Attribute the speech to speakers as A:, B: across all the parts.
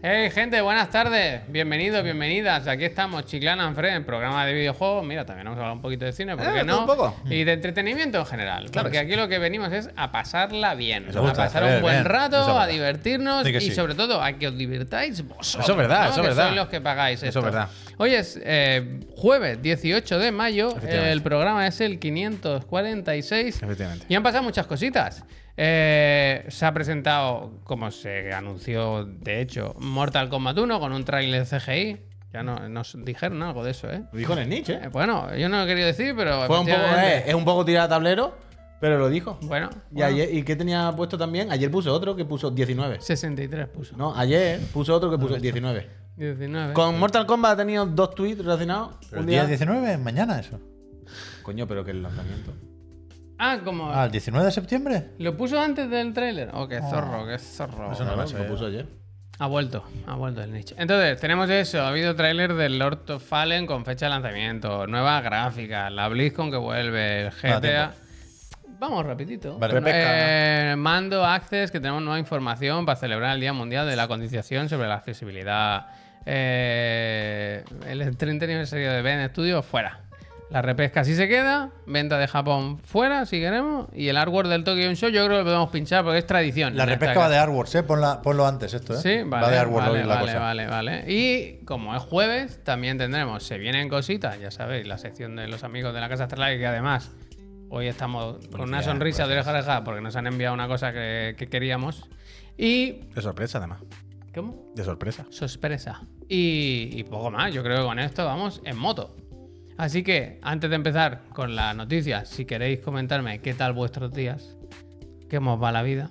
A: Hey gente, buenas tardes, bienvenidos, bienvenidas. Aquí estamos, Chiclana and Friends, programa de videojuegos. Mira, también vamos a hablar un poquito de cine, ¿por
B: Eh,
A: qué
B: tú
A: no?
B: un poco.
A: Y de entretenimiento en general.
B: Claro
A: porque
B: que sí.
A: aquí lo que venimos es a pasarla bien,
B: Eso
A: a
B: gusta,
A: pasar
B: Javier,
A: un buen
B: bien.
A: rato,
B: Eso es
A: a
B: verdad.
A: divertirnos
B: Sí que
A: y
B: sí.
A: sobre todo a que os divirtáis vosotros.
B: Eso es verdad,
A: ¿no?
B: eso es
A: Que
B: verdad.
A: Sois los que pagáis
B: Eso es
A: esto.
B: verdad.
A: Hoy es eh, jueves 18 de mayo,
B: Efectivamente.
A: el programa es el 546.
B: Efectivamente.
A: Y han pasado muchas cositas. Eh, se ha presentado, como se anunció de hecho, Mortal Kombat 1 con un tráiler CGI. Ya no, nos dijeron algo de eso, ¿eh?
B: Lo dijo en el niche.
A: Eh, Bueno, yo no lo quería decir, pero.
B: Fue un poco, eh,
A: efectivamente-
B: es un poco tirada tablero, pero lo dijo.
A: Bueno,
B: Y, ayer, ¿Y qué tenía puesto también? Ayer puso otro que puso 19.
A: 63 puso.
B: No, ayer puso otro que puso 19.
A: 19.
B: Con Mortal Kombat ha tenido dos tweets relacionados.
C: Pero
B: Un
C: el día
B: día.
C: 19 es mañana eso.
B: Coño, pero que el lanzamiento.
A: Ah, como.
C: Ah, el 19 de septiembre.
A: ¿Lo puso antes del tráiler? Oh,
B: Ah.
A: qué zorro, qué zorro.
C: Eso no
B: Claro,
C: lo sé.
B: Lo puso ayer.
A: Ha vuelto, ha vuelto el nicho. Entonces, tenemos eso. Ha habido tráiler del Lord of Fallen con fecha de lanzamiento, nueva gráfica, la BlizzCon que vuelve, el
C: Nada,
A: GTA. Vamos rapidito.
C: Vale.
A: Bueno,
C: Repesca.
A: eh, mando Access, que tenemos nueva información para celebrar el Día Mundial de la Concienciación sobre la Accesibilidad. Eh, el 30 aniversario de Ben Studios fuera. La repesca sí se queda, venta de Japón fuera, si queremos, y el artwork del Tokyo Show yo creo que lo podemos pinchar porque es tradición.
C: La
A: en esta
C: repesca va de Artworks, ¿eh? Ponla- ponlo antes esto, ¿eh?
A: Sí, vale.
C: va de Artworks
A: vale,
C: hoy la
A: vale,
C: cosa.
A: vale, vale. Y como es jueves, también tendremos, se vienen cositas, ya sabéis, la sección de los amigos de la Casa Astralaria, que además hoy estamos con una
B: Felicidades,
A: sonrisa de oreja a oreja porque nos han enviado una cosa que, que queríamos. Y.
B: De sorpresa, además.
A: ¿Cómo?
B: De sorpresa.
A: Sorpresa. Y, y poco más, yo creo que con esto vamos en moto. Así que, antes de empezar con las noticias, si queréis comentarme qué tal vuestros días, cómo os va la vida.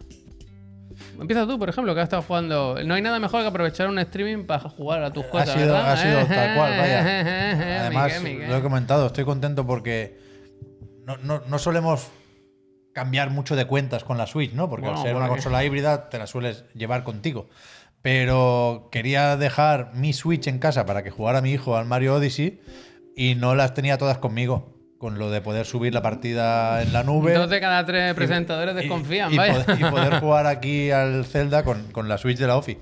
A: Empieza tú, por ejemplo, que has estado jugando. No hay nada mejor que aprovechar un streaming para jugar a tus cosas.
C: sido-
A: Pues ¿verdad? ¿eh?
C: ha sido tal cual,
A: Miguel,
C: vaya. Además,
A: Miguel.
C: lo he comentado, estoy contento porque no, no- no solemos cambiar mucho de cuentas con la Switch, ¿no? Porque
A: Bueno,
C: al ser una
A: porque-
C: consola híbrida te la sueles llevar contigo. Pero quería dejar mi Switch en casa para que jugara mi hijo al Mario Odyssey y no las tenía todas conmigo. Con lo de poder subir la partida en la nube.
A: Dos de cada tres
C: Y-
A: presentadores
C: y-
A: desconfían,
C: y,
A: vaya.
C: Poder, y poder jugar aquí al Zelda con, con la Switch de la Ofi.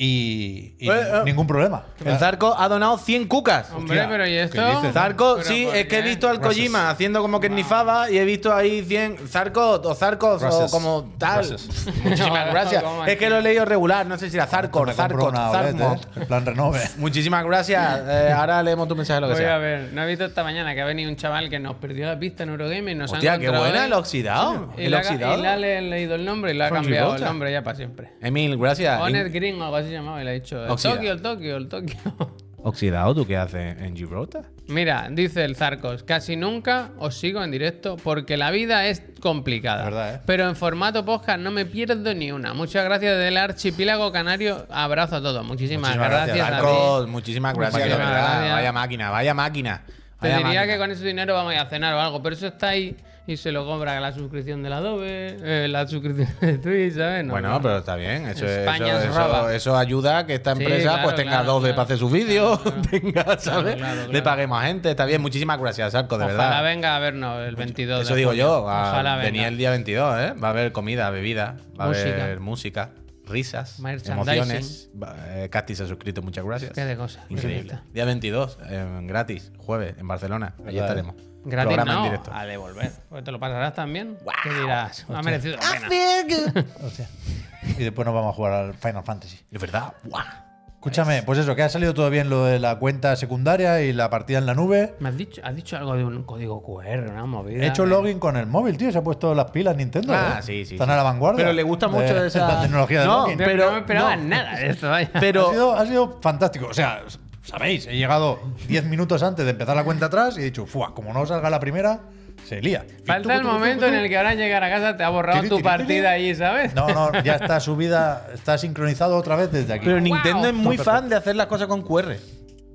C: Y, y
B: Eh, eh.
C: ningún problema.
B: El Zarco ha donado 100 cucas.
A: Hombre,
C: Hostia,
A: pero ¿y
C: ¿qué
A: esto?
C: dices?
B: Zarco,
A: ¿Pero
B: sí,
A: por
B: es que he
A: qué?
B: visto al
C: Gracias.
B: Kojima haciendo como que nifaba y he visto ahí 100 Zarco o Zarcos
C: Gracias.
B: o como tal.
C: Gracias.
B: Muchísimas
A: No,
B: gracias.
A: ¿cómo
B: Es que lo he leído regular, no sé si era Zarcor,
C: Me compro
B: Zarcot,
C: una OLED,
B: Zarmo.
C: ¿eh? En plan renove.
B: Muchísimas gracias. Eh, ahora leemos tu mensaje lo que
A: Voy a
B: sea.
A: ver, no he visto esta mañana que ha venido un chaval que nos perdió la pista en Eurogame y nos ha
B: Hostia, qué
A: encontrado
B: buena
A: hoy.
B: el oxidado.
A: Y
B: el
A: le ha-
B: oxidado.
A: y le ha le- leído el nombre y le ha
B: Fonji
A: cambiado el
B: Rocha.
A: nombre ya para siempre.
B: Emil, gracias.
A: Honest
B: Ah, In-
A: Green o algo así se llamaba y le ha dicho el
B: Oxida.
A: Tokio, el Tokio, el Tokio.
B: ¿Oxidado tú qué haces en Gibraltar?
A: Mira, dice el Zarcos, casi nunca os sigo en directo porque la vida es complicada.
C: La verdad, ¿eh?
A: Pero en formato podcast no me pierdo ni una. Muchas gracias del archipiélago canario. Abrazo a todos. Muchísimas,
C: Muchísimas
A: gracias.
C: gracias,
A: David.
B: Zarcos, muchísimas gracias, de
A: Muchísimas
B: verdad.
A: gracias.
B: Vaya máquina, vaya máquina.
A: Te
B: Vaya
A: diría
B: máquina.
A: que con ese dinero vamos a ir a cenar o algo, pero eso está ahí y se lo compra la suscripción del Adobe, eh, la suscripción de Twitch, ¿sabes? No,
B: Bueno,
A: no.
B: pero está bien. Eso,
A: España
B: eso-
A: es
B: eso-
A: raba.
B: eso ayuda a que esta
A: Sí,
B: empresa
A: claro,
B: pues tenga
A: claro,
B: Adobe
A: claro.
B: para hacer sus vídeos,
A: Claro, claro.
B: tenga, ¿sabes?
A: Claro, claro,
B: Le
A: claro.
B: paguemos a gente. Está bien, muchísimas gracias, Sarco, de
A: Ojalá
B: verdad.
A: venga a vernos el 22 de
B: Eso digo
A: junio.
B: yo. a-
A: Ojalá
B: venía
A: venga.
B: el día 22, ¿eh? Va a haber comida, bebida, va a
A: Música.
B: haber música, risas,
A: Merchandising.
B: emociones. Va- eh, Casti se ha suscrito, muchas gracias.
A: Qué de cosas.
B: Increíble. Día 22, en gratis, jueves, en Barcelona. Allí
C: Verdad, eh.
B: estaremos.
A: Gratis
B: Programa
A: no,
B: en directo.
A: a devolver. Pues te lo pasarás también. ¿Qué dirás? Ha merecido
B: Ah,
A: la pena.
C: Hostia. Y después nos vamos a jugar al Final Fantasy.
B: Es verdad. ¡Buah!
C: Escúchame, pues eso, que ha salido todo bien lo de la cuenta secundaria y la partida en la nube.
A: ¿Me has dicho, has dicho algo de un código QR, una movida?
C: He hecho login con el móvil, tío. Se ha puesto las pilas Nintendo.
B: Ah,
C: ¿eh?
B: sí, sí,
C: Están
B: sí.
C: a la vanguardia.
B: Pero le gusta mucho
C: de-
B: esa-
C: la tecnología de
B: No,
C: login.
A: Pero,
B: Pero-
A: no me esperaba
B: no.
A: nada de esto, vaya.
B: Pero
C: Ha sido, ha sido fantástico. O sea, s- sabéis, he llegado 10 minutos antes de empezar la cuenta atrás y he dicho, fuah, como no salga la primera, se lía.
A: Falta el momento en el que ahora al llegar a casa te ha borrado
C: Tiri,
A: tu
C: tiri,
A: partida
C: tiri.
A: allí, ¿sabes?
C: No, no, ya está subida, está sincronizado otra vez desde aquí.
B: Pero Nintendo es muy
C: Todo
B: fan de hacer las cosas con QR.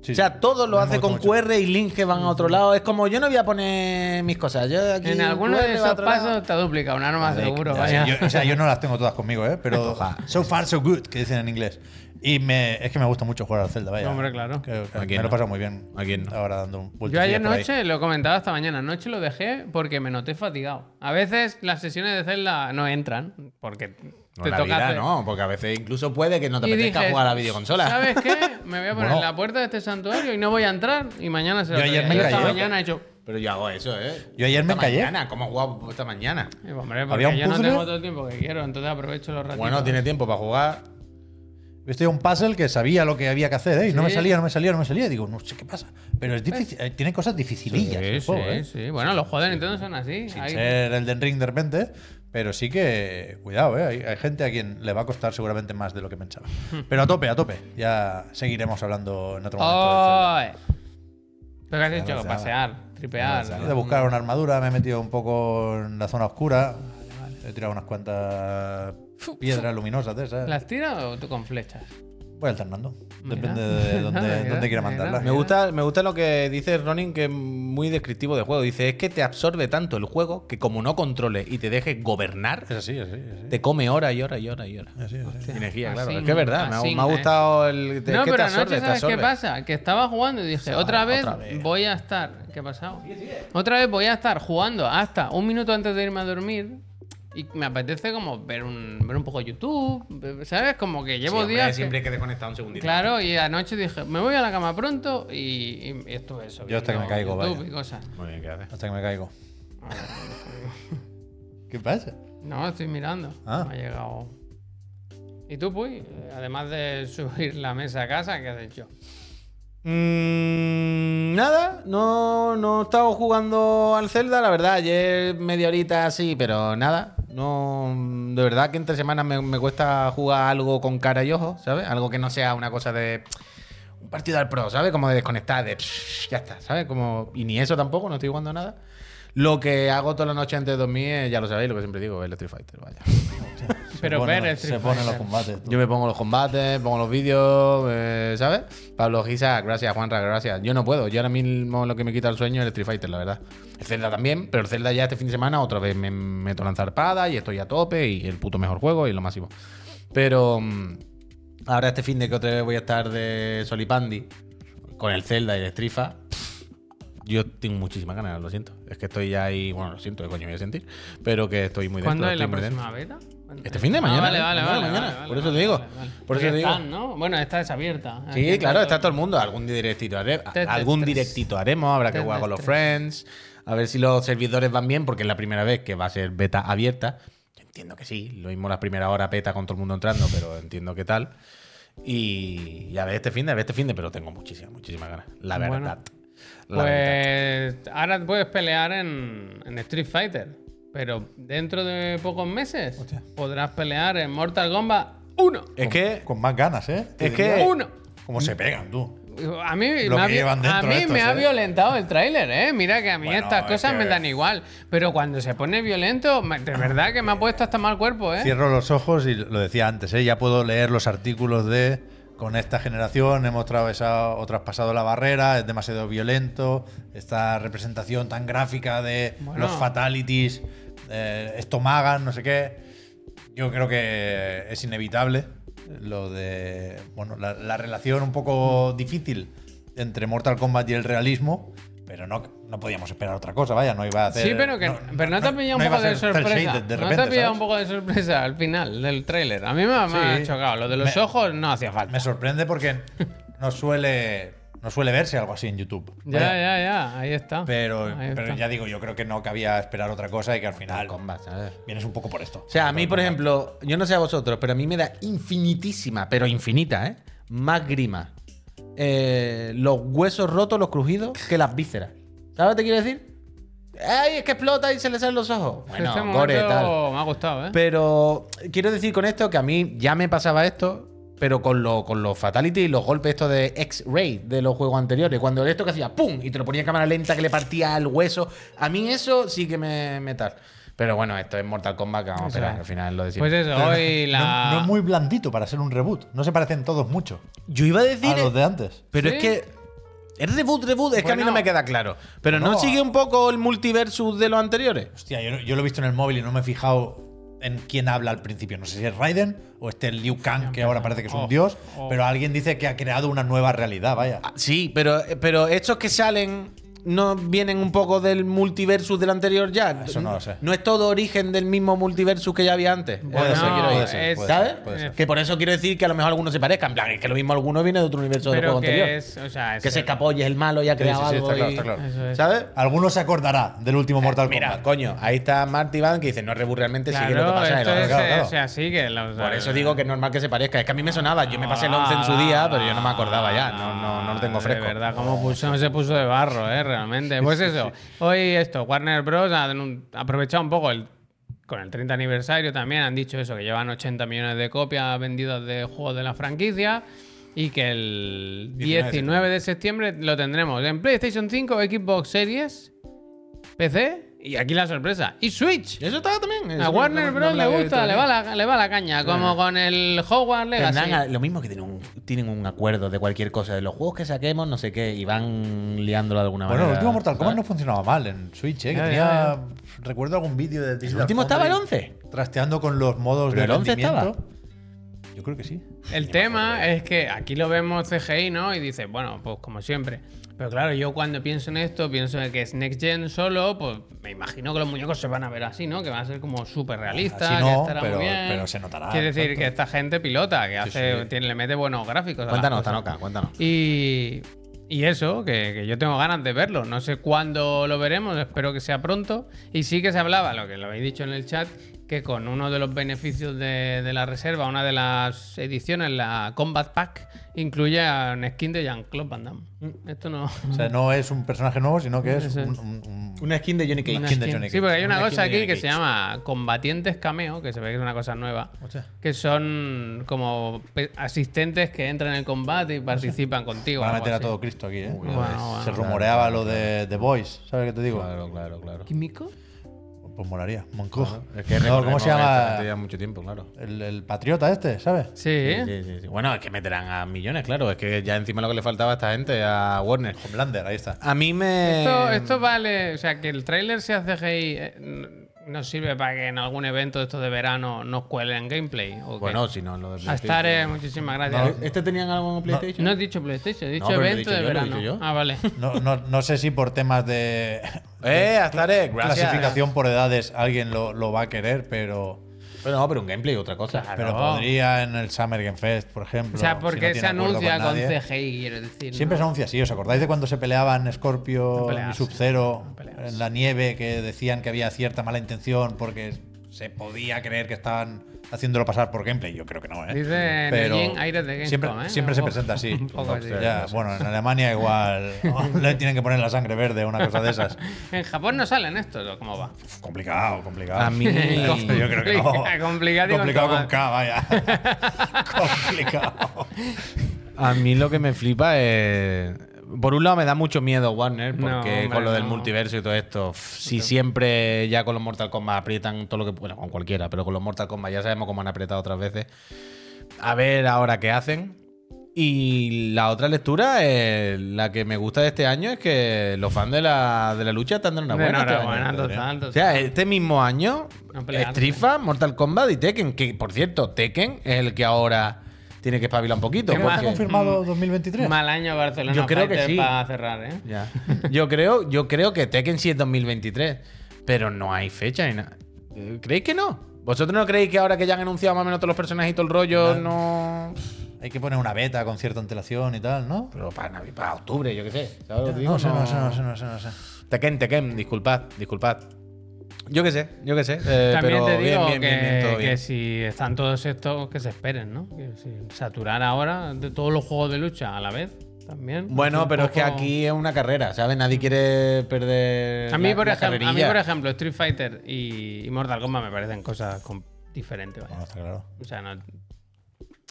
C: Sí,
B: o sea,
C: sí.
B: todo lo
C: Me
B: hace
C: gusta
B: con
C: mucho.
B: QR y links que van a otro lado. Es como, yo no voy a poner mis cosas. Yo aquí
A: En alguno de
B: QR va a
A: esos
B: otro lado.
A: pasos te duplica una norma
B: Vale,
A: Ah, seguro,
B: ya,
C: Sí,
A: vaya.
C: yo- o sea, yo no las tengo todas conmigo, ¿eh? Pero
B: Ojalá.
C: so far, so good, que dicen en inglés. Y me, es que me gusta mucho jugar al Zelda, vaya.
A: Hombre, claro.
C: Que- que
B: ¿A
C: me
B: quién
C: lo
B: no?
C: he pasado muy bien.
B: ¿A quién no?
C: Ahora dando un
A: Yo
C: vueltecilla
A: ayer
C: por ahí.
A: noche, lo comentaba esta mañana, anoche lo dejé porque me noté fatigado. A veces las sesiones de Zelda no entran, porque
B: No
A: te
B: la
A: toca
B: vida,
A: hacer-
B: no, porque a veces incluso puede que no te
A: Y
B: apetezca
A: dije,
B: jugar a la videoconsola.
A: ¿Sabes qué? Me voy a poner
C: Bueno.
A: en la puerta de este santuario y no voy a entrar y mañana será
C: Yo
A: otro
C: ayer
A: día.
C: me
A: Yo esta
C: callé.
A: mañana he hecho... "Eh,
B: Pero yo hago eso, ¿eh?
C: Yo ayer me
B: Esta
C: callé.
B: Mañana, ¿Cómo he jugado esta mañana?
A: eh, hombre,
C: ¿Había
A: porque
C: un
A: yo no
C: puzzle?
A: tengo todo el tiempo que quiero, entonces aprovecho los ratitos.
B: Bueno, tiene tiempo para jugar.
C: Yo estoy a un puzzle que sabía lo que había que hacer, ¿eh? Y no me
A: Sí.
C: salía, no me salía, no me salía. Digo, no sé qué pasa. Pero es difícil, eh, tiene cosas dificilillas.
A: Sí,
C: el
A: sí,
C: juego, ¿eh?
A: sí. Bueno, los juegos de Nintendo son así.
C: Sin
A: Hay-
C: ser el Den Ring de repente. Pero sí que, cuidado, ¿eh? hay, hay gente a quien le va a costar seguramente más de lo que pensaba.
A: Hmm.
C: Pero a tope, a tope. Ya seguiremos hablando en otro momento. del Zelda.
A: ¡Ay! Lo que has hecho,
B: Zelda.
A: pasear, tripear.
C: He ido a buscar una armadura, me he metido un poco en la zona oscura. He tirado unas cuantas piedras luminosas de esas.
A: ¿Las tiras o tú con flechas?
C: Voy alternando.
A: Mira.
C: Depende de
A: Mira,
C: dónde, dónde quiera
A: mira.
C: mandarlas.
B: Me gusta, me gusta lo que dice Ronin, que es muy descriptivo del juego. Dice, es que te absorbe tanto el juego que como no controles y te dejes gobernar,
C: Es así, es así. Es así.
B: te come hora y hora y hora y hora.
C: Así, así.
B: Energía,
A: Así,
B: claro. es que es verdad, me ha,
A: así,
B: me ha
A: eh.
B: gustado el... te-
A: no,
B: que te
A: pero
B: absorbe,
A: anoche,
B: te
A: ¿sabes qué
B: absorbe.
A: pasa? Que estaba jugando y dije, otra vez,
B: otra vez".
A: voy a estar. ¿Qué ha pasado? Otra vez voy a estar jugando hasta un minuto antes de irme a dormir. Y me apetece como ver un, ver un poco YouTube, ver- ¿sabes? Como que
B: Sí,
A: llevo
B: hombre,
A: días. que-
B: Siempre hay que desconectar un segundito.
A: Claro, y anoche dije, me voy a la cama pronto y, y esto es eso.
C: Yo hasta que me caigo, vaya.
A: y cosas.
B: Muy bien, ¿qué haces?
C: Hasta que me caigo. ¿Qué pasa?
A: No, estoy mirando.
C: Ah.
A: Me ha llegado. ¿Y tú, Puy? Eh, Además de subir la mesa a casa, ¿qué has hecho?
B: Mm, nada, no, no he estado jugando al Zelda, la verdad, ayer media horita así, pero nada. No, de verdad que entre semanas me, me cuesta jugar algo con cara y ojo, ¿sabes? Algo que no sea una cosa de un partido al pro, ¿sabes? Como de desconectar, de ya está, ¿sabes? Como, y ni eso tampoco, no estoy jugando a nada. Lo que hago toda la noche antes de dormir, es, ya lo sabéis, lo que siempre digo, es el Street Fighter, vaya.
A: Pero
C: Bueno,
A: ver el
C: se
A: Street
C: ponen los
A: Fighter.
C: combates. tú.
B: Yo me pongo los combates, pongo los vídeos, eh, ¿sabes? Pablo Gisa, gracias, Juanra, gracias. Yo no puedo. Yo ahora mismo lo que me quita el sueño es el Street Fighter, la verdad. El Zelda también, pero el Zelda ya este fin de semana otra vez me meto a lanzar espada y estoy a tope y el puto mejor juego y lo máximo. Pero mm, ahora este fin de que otra vez voy a estar de Solipandi con el Zelda y el Strifa. Yo tengo muchísimas ganas, lo siento. Es que estoy ya ahí, bueno, lo siento, ¿qué coño voy a sentir? Pero que estoy muy
A: ¿Cuándo
B: dentro,
A: es la
B: estoy muy
A: próxima
B: dentro.
A: beta? ¿Cuándo?
B: Este fin de
A: Ah,
B: mañana,
A: vale,
B: ¿eh?
A: vale,
B: Mañana,
A: vale,
B: mañana.
A: vale,
B: Por eso
A: vale,
B: te digo.
A: vale, vale.
B: Por eso
A: Porque
B: te digo.
A: están, ¿no? Bueno, esta es abierta.
B: Sí, claro, está todo el mundo. Algún directito, haré-
A: Tres,
B: algún
A: tres, tres.
B: directito haremos, habrá que
A: Tres,
B: jugar con
A: tres,
B: los
A: tres.
B: friends, a ver si los servidores van bien, porque es la primera vez que va a ser beta abierta. Yo entiendo que sí, lo mismo la primera hora beta con todo el mundo entrando, pero entiendo que tal. Y, y a ver este fin de, a ver este fin de, pero tengo muchísimas, muchísimas ganas. La
A: Bueno.
B: verdad. La verdad.
A: Pues ahora puedes pelear en, en Street Fighter. Pero dentro de pocos meses
C: Hostia.
A: podrás pelear en Mortal Kombat 1.
B: Es que
C: Con más ganas, ¿eh? Te
B: Es
C: diría.
B: que-
A: 1.
C: Cómo se pegan, tú.
A: A mí,
C: Lo
A: me, ha,
C: que
A: vi-
C: llevan dentro
A: a mí
C: estos,
A: me ha
C: ¿eh?
A: violentado el tráiler, ¿eh? Mira que a mí
C: Bueno,
A: estas
C: es
A: cosas
C: que-
A: me dan igual. Pero cuando se pone violento, me- de verdad que me ha puesto hasta mal cuerpo, ¿eh?
C: Cierro los ojos y lo decía antes, ¿eh? ya puedo leer los artículos de con esta generación hemos atravesado o traspasado la barrera, es demasiado violento, esta representación tan gráfica de
A: Bueno.
C: los fatalities, eh, esto magan, no sé qué. Yo creo que es inevitable lo de bueno, la, la relación un poco difícil entre Mortal Kombat y el realismo. Pero no, no podíamos esperar otra cosa, vaya, no iba a hacer.
A: Sí, pero, que, pero no te ha pillado
C: no
A: un
C: iba
A: poco
C: a
A: de
C: ser cel
A: sorpresa.
C: shaded de
A: no te ha
C: repente,
A: pillado
C: ¿sabes?
A: un poco de sorpresa al final del tráiler. A mí me, ha- me ha
C: Sí.
A: chocado. Lo de los
C: Me-
A: ojos no hacía falta.
C: Me sorprende porque no suele, no suele verse algo así en YouTube.
A: Ya,
C: Vaya.
A: ya, ya. Ahí está.
C: Pero,
A: Ahí
C: pero
A: está.
C: ya digo, yo creo que no cabía esperar otra cosa y que al final
B: Kombat, ¿sabes?
C: vienes un poco por esto.
B: O sea, a mí, por ejemplo, yo no sé a vosotros, pero a mí me da infinitísima, pero infinita, ¿eh? Más grima. eh, los huesos rotos, los crujidos, que las vísceras. ¿Sabes lo que te quiero decir? ¡Ay, es que explota y se le salen los ojos! Bueno,
A: este momento
B: gore, tal.
A: me ha gustado, ¿eh?
B: Pero quiero decir con esto que a mí ya me pasaba esto, pero con, lo, con los fatality y los golpes estos de X-Ray de los juegos anteriores. Cuando esto que hacía ¡pum! y te lo ponía en cámara lenta que le partía el hueso. A mí eso sí que me, me tal. Pero bueno, esto es Mortal Kombat que vamos a
A: Eso
B: esperar.
A: es.
B: Al final lo decimos.
A: pues eso, hoy la.
C: no, no es muy blandito para ser un reboot. No se parecen todos mucho
B: Yo iba a decir. eh,
C: a los de antes.
B: Pero
A: Sí.
B: es que. Es reboot, reboot, es que a mí
A: Bueno.
B: no me queda claro. Pero no,
C: No.
B: sigue un poco el multiversus de los anteriores.
C: Hostia, yo, yo lo he visto en el móvil y no me he fijado en quién habla al principio. No sé si es Raiden o este Liu Kang, que ahora parece que es un
A: Oh,
C: dios.
A: oh.
C: Pero alguien dice que ha creado una nueva realidad, vaya.
B: Ah, Sí, pero, pero estos que salen
D: no vienen un poco del multiversus del anterior ya?
C: Eso no lo sé.
D: No es todo origen del mismo multiversus que ya había antes. Es
A: Bueno,
D: lo que quiero
C: puede
D: decir.
C: ser,
A: es-
C: puede
D: ¿Sabes?
C: ser, puede ser.
D: Que por eso quiero decir que a lo mejor algunos se parezcan. En plan, es que lo mismo alguno viene de otro universo del
A: Pero
D: juego anterior.
A: que es. O sea, es
D: que se
A: el-
D: escapó y es el malo y ha
C: Sí, sí,
D: creado
C: sí,
D: algo.
C: está claro,
D: y-
C: está claro.
A: Eso es. Eh,
B: ¿Sabes?
C: Alguno se acordará del último Mortal
B: Mira,
C: Kombat.
B: coño, ahí está Marty Van que dice, no es Rebu realmente, sigue lo que
A: Claro,
B: pasa en el
A: esto es,
B: otro".
C: claro,
A: eh,
C: claro.
A: o sea, sí que los-
B: Por eso digo que es normal que se parezca. Es que a mí me sonaba. Yo me pasé el 11 en su día, pero yo no me acordaba ya. No, no, no lo tengo fresco.
A: Ah, De verdad, cómo puso- se puso de barro, ¿eh? Realmente. Pues eso, hoy esto, Warner Bros. ha denun- ha aprovechado un poco el, con el 30 aniversario también, han dicho eso, que llevan 80 millones de copias vendidas de juegos de la franquicia y que el
B: 19 de
A: 19 de septiembre lo tendremos en PlayStation 5, Xbox Series, PC y aquí la sorpresa, y Switch.
D: Eso estaba también. eso
A: A
D: no-
A: Warner
D: no- no
A: Bros.
D: lo
A: le
D: había
A: gusta,
D: visto
A: le va, la, le va la caña, como con el Hogwarts Legacy.
B: Tendrán a- lo mismo que tienen un, tienen un acuerdo de cualquier cosa, de los juegos que saquemos, no sé qué, y van liándolo de alguna
C: Bueno, el
B: manera.
C: último Mortal
B: Ah.
C: Kombat no funcionaba mal en Switch, ¿eh? Que
A: Ya, ya,
C: tenía. Recuerdo algún vídeo de Digital
B: ¿El último estaba el
C: Foundry
B: 11?
C: Trasteando con los modos
B: ¿Pero
C: de
B: el 11 estaba?
C: rendimiento. Yo creo que sí.
A: El tema es que aquí lo vemos CGI, ¿no? Y dices, bueno, pues como siempre. Pero claro, yo cuando pienso en esto, pienso en que es Next Gen solo, pues me imagino que los muñecos se van a ver así, ¿no? Que van a ser como súper realistas,
C: Así
A: que
C: no,
A: estará muy
C: pero-
A: bien.
C: pero se notará,
A: Quiere decir
C: exacto.
A: que esta gente pilota, que hace,
C: sí.
A: tiene- le mete buenos gráficos. a las
C: Ah,
B: Cuéntanos,
A: cosas.
C: pues,
B: Tanoka, cuéntanos.
A: Y, y eso, que, que yo tengo ganas de verlo. No sé cuándo lo veremos, espero que sea pronto. Y sí que se hablaba, lo que lo habéis dicho en el chat, que con uno de los beneficios de, de la reserva, una de las ediciones, la Combat Pack, incluye a un skin de Jean-Claude Van Damme. Mm, Esto no.
C: O sea, no es un personaje nuevo, sino que es
A: Eso es.
C: un- un- un-
D: Una skin de Johnny Cage.
A: Una
C: skin de
A: skin.
C: Johnny
A: Sí, porque hay una,
D: Una skin
A: cosa
D: de
A: aquí
D: Johnny
A: que se
D: Cage.
A: llama combatientes cameo, que se ve que es una cosa nueva, que son como pe- asistentes que entran en el combate y participan contigo.
C: Van a
A: algo
C: meter a
A: así.
C: todo Cristo aquí, ¿eh?
A: Bueno, bueno.
C: Se rumoreaba lo de The Voice, ¿sabes qué te digo?
B: Claro, claro, claro.
A: ¿Químico?
C: Pues molaría. Moncourt.
B: Es que
C: no, ¿Cómo se
B: Lleva
C: llama?
B: mucho tiempo, claro.
C: El, el patriota este, ¿sabes?
A: Sí,
B: Sí, sí, sí, sí. Bueno, es que meterán a millones, claro. Es que ya encima lo que le faltaba a esta gente, a Warner.
C: Homelander, ahí está.
B: A mí me.
A: Esto, esto vale, o sea, que el tráiler sea CGI eh, n- nos sirve para que en algún evento de estos de verano nos cuelen gameplay. ¿o qué?
B: Bueno, si no, lo de
A: Hasta eh, muchísimas gracias.
D: ¿Este tenían algo en
A: No,
D: PlayStation?
A: he dicho PlayStation, he dicho
B: pero lo he
A: evento
B: dicho
A: de
B: yo, lo he
A: verano.
B: dicho yo.
A: Ah, vale.
C: No, no- no sé si por temas de
B: ¡Eh, hasta Gracias.
C: clasificación por edades alguien lo, lo va a querer, pero,
B: Pero no, pero un gameplay, otra cosa.
C: pero podría en el Summer Game Fest, por ejemplo.
A: o sea,
C: si
A: porque
C: no tiene
A: se
C: acuerdo
A: anuncia con,
C: nadie.
A: CGI, quiero decir.
C: Siempre se
A: ¿no?
C: anuncia así. ¿Os acordáis de cuando se peleaban Scorpio
A: No peleas,
C: y Sub-Zero
A: no peleas.
C: en la nieve que decían que había cierta mala intención porque se podía creer que estaban haciéndolo pasar por gameplay? Yo creo que no, ¿eh?
A: Dice
C: Pero
A: Neyin Aires de
C: siempre
A: Gamescom, ¿eh?
C: siempre se
A: Un poco-
C: presenta así.
A: un poco así.
C: Ya, bueno, en Alemania igual le tienen que poner la sangre verde o una cosa de esas.
A: En Japón no salen estos, ¿o ¿cómo va?
C: Uf, complicado, complicado.
B: A mí-
C: Yo creo que no.
A: Complica- complicado y con
C: complicado
A: tomate.
C: con K, vaya. complicado.
B: A mí lo que me flipa es. Por un lado me da mucho miedo Warner, porque
A: No, hombre,
B: con lo del
A: no.
B: multiverso y todo esto, pff, si siempre ya con los Mortal Kombat aprietan todo lo que puedan, con cualquiera, pero con los Mortal Kombat ya sabemos cómo han apretado otras veces. A ver ahora qué hacen. Y la otra lectura, eh, la que me gusta de este año, es que los fans de la, de la lucha están dando una buena. este año.
A: Enhorabuena, total,
B: O
A: total.
B: sea, este mismo año,
A: No peleaste.
B: Strifa, Mortal Kombat y Tekken, que por cierto, Tekken es el que ahora tiene que espabilar un poquito.
A: ¿Qué más?
C: ¿Está
B: porque-
C: confirmado 2023?
A: Mal año Barcelona
B: ¿eh? Yo creo que
A: Fighter
B: sí.
A: para cerrar, ¿eh?
B: Ya. Yo creo, yo creo que Tekken sí es 2023, pero no hay fecha ni nada. Eh, ¿Creéis que no? ¿Vosotros no creéis que ahora que ya han anunciado más o menos todos los personajes y todo el rollo, no.
C: Hay que poner una beta con cierta antelación y tal, ¿no?
B: Pero para, Navi- para octubre, yo qué sé. ¿sabes lo que digo?
C: No sé, no sé, no sé, no sé, no sé.
B: Tekken, Tekken, disculpad, disculpad. Yo qué sé, yo qué sé. eh,
A: También
B: pero
A: te
B: bien,
A: digo
B: bien,
A: que,
B: bien, bien, todo
A: que
B: bien.
A: si están todos estos, que se esperen, ¿no? Que si saturar ahora de todos los juegos de lucha a la vez también.
B: Bueno,
A: un
B: pero es que
A: poco-
B: aquí es una carrera, ¿sabes? Nadie quiere perder.
A: A mí,
B: la-
A: por
B: la
A: ejemplo, a mí,
B: carrerilla.
A: por ejemplo, Street Fighter y, y Mortal Kombat me parecen cosas com- diferentes. vaya.
C: Bueno, está claro.
A: O sea, no.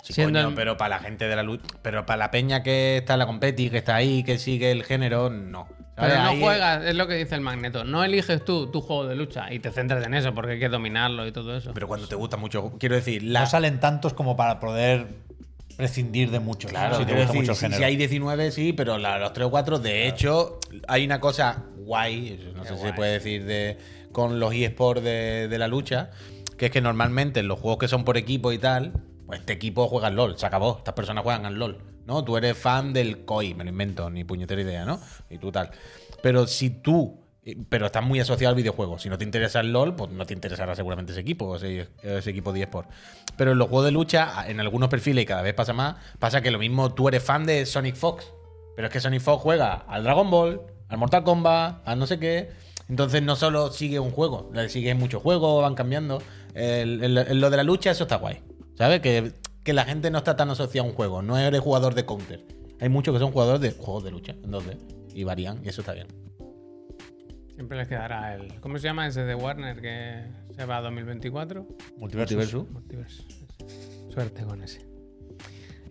B: Sí,
A: siendo
B: coño,
A: el-
B: pero para la gente de la luz, pero para la peña que está en la competi, que está ahí, que sigue el género, no. ¿Sabes?
A: Pero no
B: Ahí-
A: juegas, es lo que dice el Magneto. No eliges tú tu juego de lucha y te centras en eso porque hay que dominarlo y todo eso.
B: Pero cuando te gusta mucho, quiero decir, la,
C: No salen tantos como para poder prescindir de muchos.
B: Claro,
C: si te
B: quiero
C: gusta
B: decir,
C: mucho el
B: sí,
C: género.
B: si hay 19, sí, pero la- los 3 o 4, de hecho, hay una cosa guay, no sé si se puede decir, de, con los eSports de, de la lucha, que es que normalmente en los juegos que son por equipo y tal, pues este equipo juega al LOL, se acabó, estas personas juegan al LOL. ¿no? Tú eres fan del COI, me lo invento, ni puñetera idea, ¿no? Y tú tal. Pero si tú, eh, pero estás muy asociado al videojuego, si no te interesa el LOL, pues no te interesará seguramente ese equipo, ese, ese equipo de eSport. Pero en los juegos de lucha, en algunos perfiles, y cada vez pasa más, pasa que lo mismo tú eres fan de Sonic Fox, pero es que Sonic Fox juega al Dragon Ball, al Mortal Kombat, al no sé qué. Entonces no solo sigue un juego, le sigue muchos juegos, van cambiando. El- el- el- lo de la lucha, eso está guay. ¿Sabes? Que, que la gente no está tan asociada a un juego. No eres jugador de counter. Hay muchos que son jugadores de juegos de lucha. Entonces, y varían, y eso está bien.
A: Siempre les quedará el. ¿Cómo se llama ese de Warner que se va a 2024?
C: Multiverso.
A: Multiverso. Suerte con ese.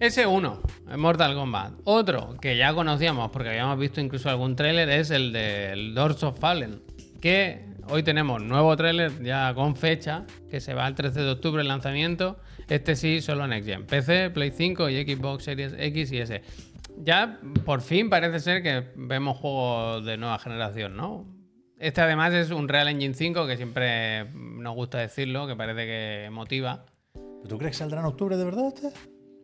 A: Ese uno, Mortal Kombat. Otro que ya conocíamos porque habíamos visto incluso algún tráiler es el del Lords of Fallen. Que hoy tenemos nuevo tráiler ya con fecha, que se va el 13 de octubre el lanzamiento. Este sí, solo Next Gen. PC, Play 5 y Xbox Series X y S. Ya por fin parece ser que vemos juegos de nueva generación, ¿no? Este además es un Real Engine 5 que siempre nos gusta decirlo, que parece que motiva.
C: ¿Tú crees que saldrá en octubre de verdad este?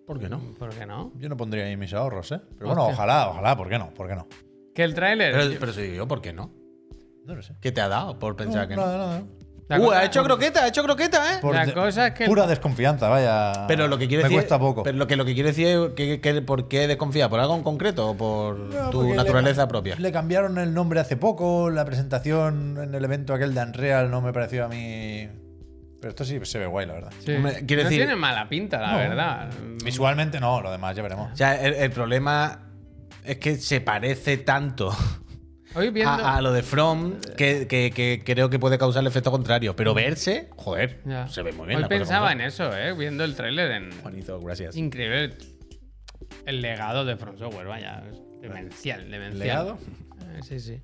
B: ¿Por qué no?
A: ¿Por qué no?
C: Yo no pondría ahí mis ahorros, ¿eh? Pero bueno,
A: Hostia.
C: ojalá, ojalá, ¿por qué no? ¿Por qué no?
A: Que el tráiler...
B: Pero, pero sí, yo, ¿por qué no?
C: No lo sé.
B: ¿Qué te ha dado por pensar que no?
C: Nada, nada.
A: la
B: Uh,
A: cosa-
B: ha hecho croqueta, ha hecho croqueta, ¿eh?
A: La
C: de-
A: cosa es que-
C: Pura desconfianza, vaya.
B: Pero lo que quiero
C: Ah. me
B: decir.
C: cuesta poco.
B: Pero lo que, lo que quiero decir es que, que- por qué desconfía, por algo en concreto o por
C: No,
B: tu
C: porque le
B: naturaleza
C: ca-
B: propia.
C: Le cambiaron el nombre hace poco, la presentación en el evento aquel de Unreal no me pareció a mí. Pero esto sí se ve guay, la verdad.
A: Sí.
B: Hombre, quiero
A: no
B: decir-
A: tiene mala pinta, la verdad.
C: Visualmente no, lo demás ya veremos.
B: O sea, el, el problema es que se parece tanto
A: Hoy viendo...
B: a, a lo de From que, que- que creo que puede causar el efecto contrario. Pero verse, joder,
A: Mm. Ya.
B: se ve muy bien.
A: Hoy
B: la cosa
A: pensaba en
B: como
A: eso, ¿eh? Viendo el tráiler en...
B: son. Juanito, gracias.
A: Increíble el, el legado de From Software, vaya. es Demencial, demencial.
C: legado?
A: Eh, sí, sí.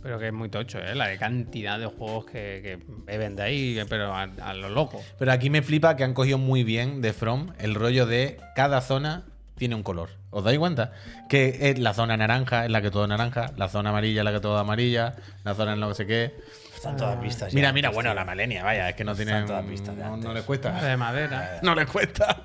A: Pero que es muy tocho, ¿eh? La de cantidad de juegos que, que beben de ahí, pero a, a lo loco.
B: Pero aquí me flipa que han cogido muy bien de From el rollo de cada zona tiene un color. ¿Os dais cuenta? Que es la zona naranja es la que todo naranja, la zona amarilla es la que todo amarilla, la zona en lo que sé qué.
C: Están todas vistas.
B: Mira, mira, bueno, la malenia, vaya, es que no tiene.
C: todas pistas de
B: No,
C: antes.
B: no les cuesta.
A: De madera.
B: No les cuesta.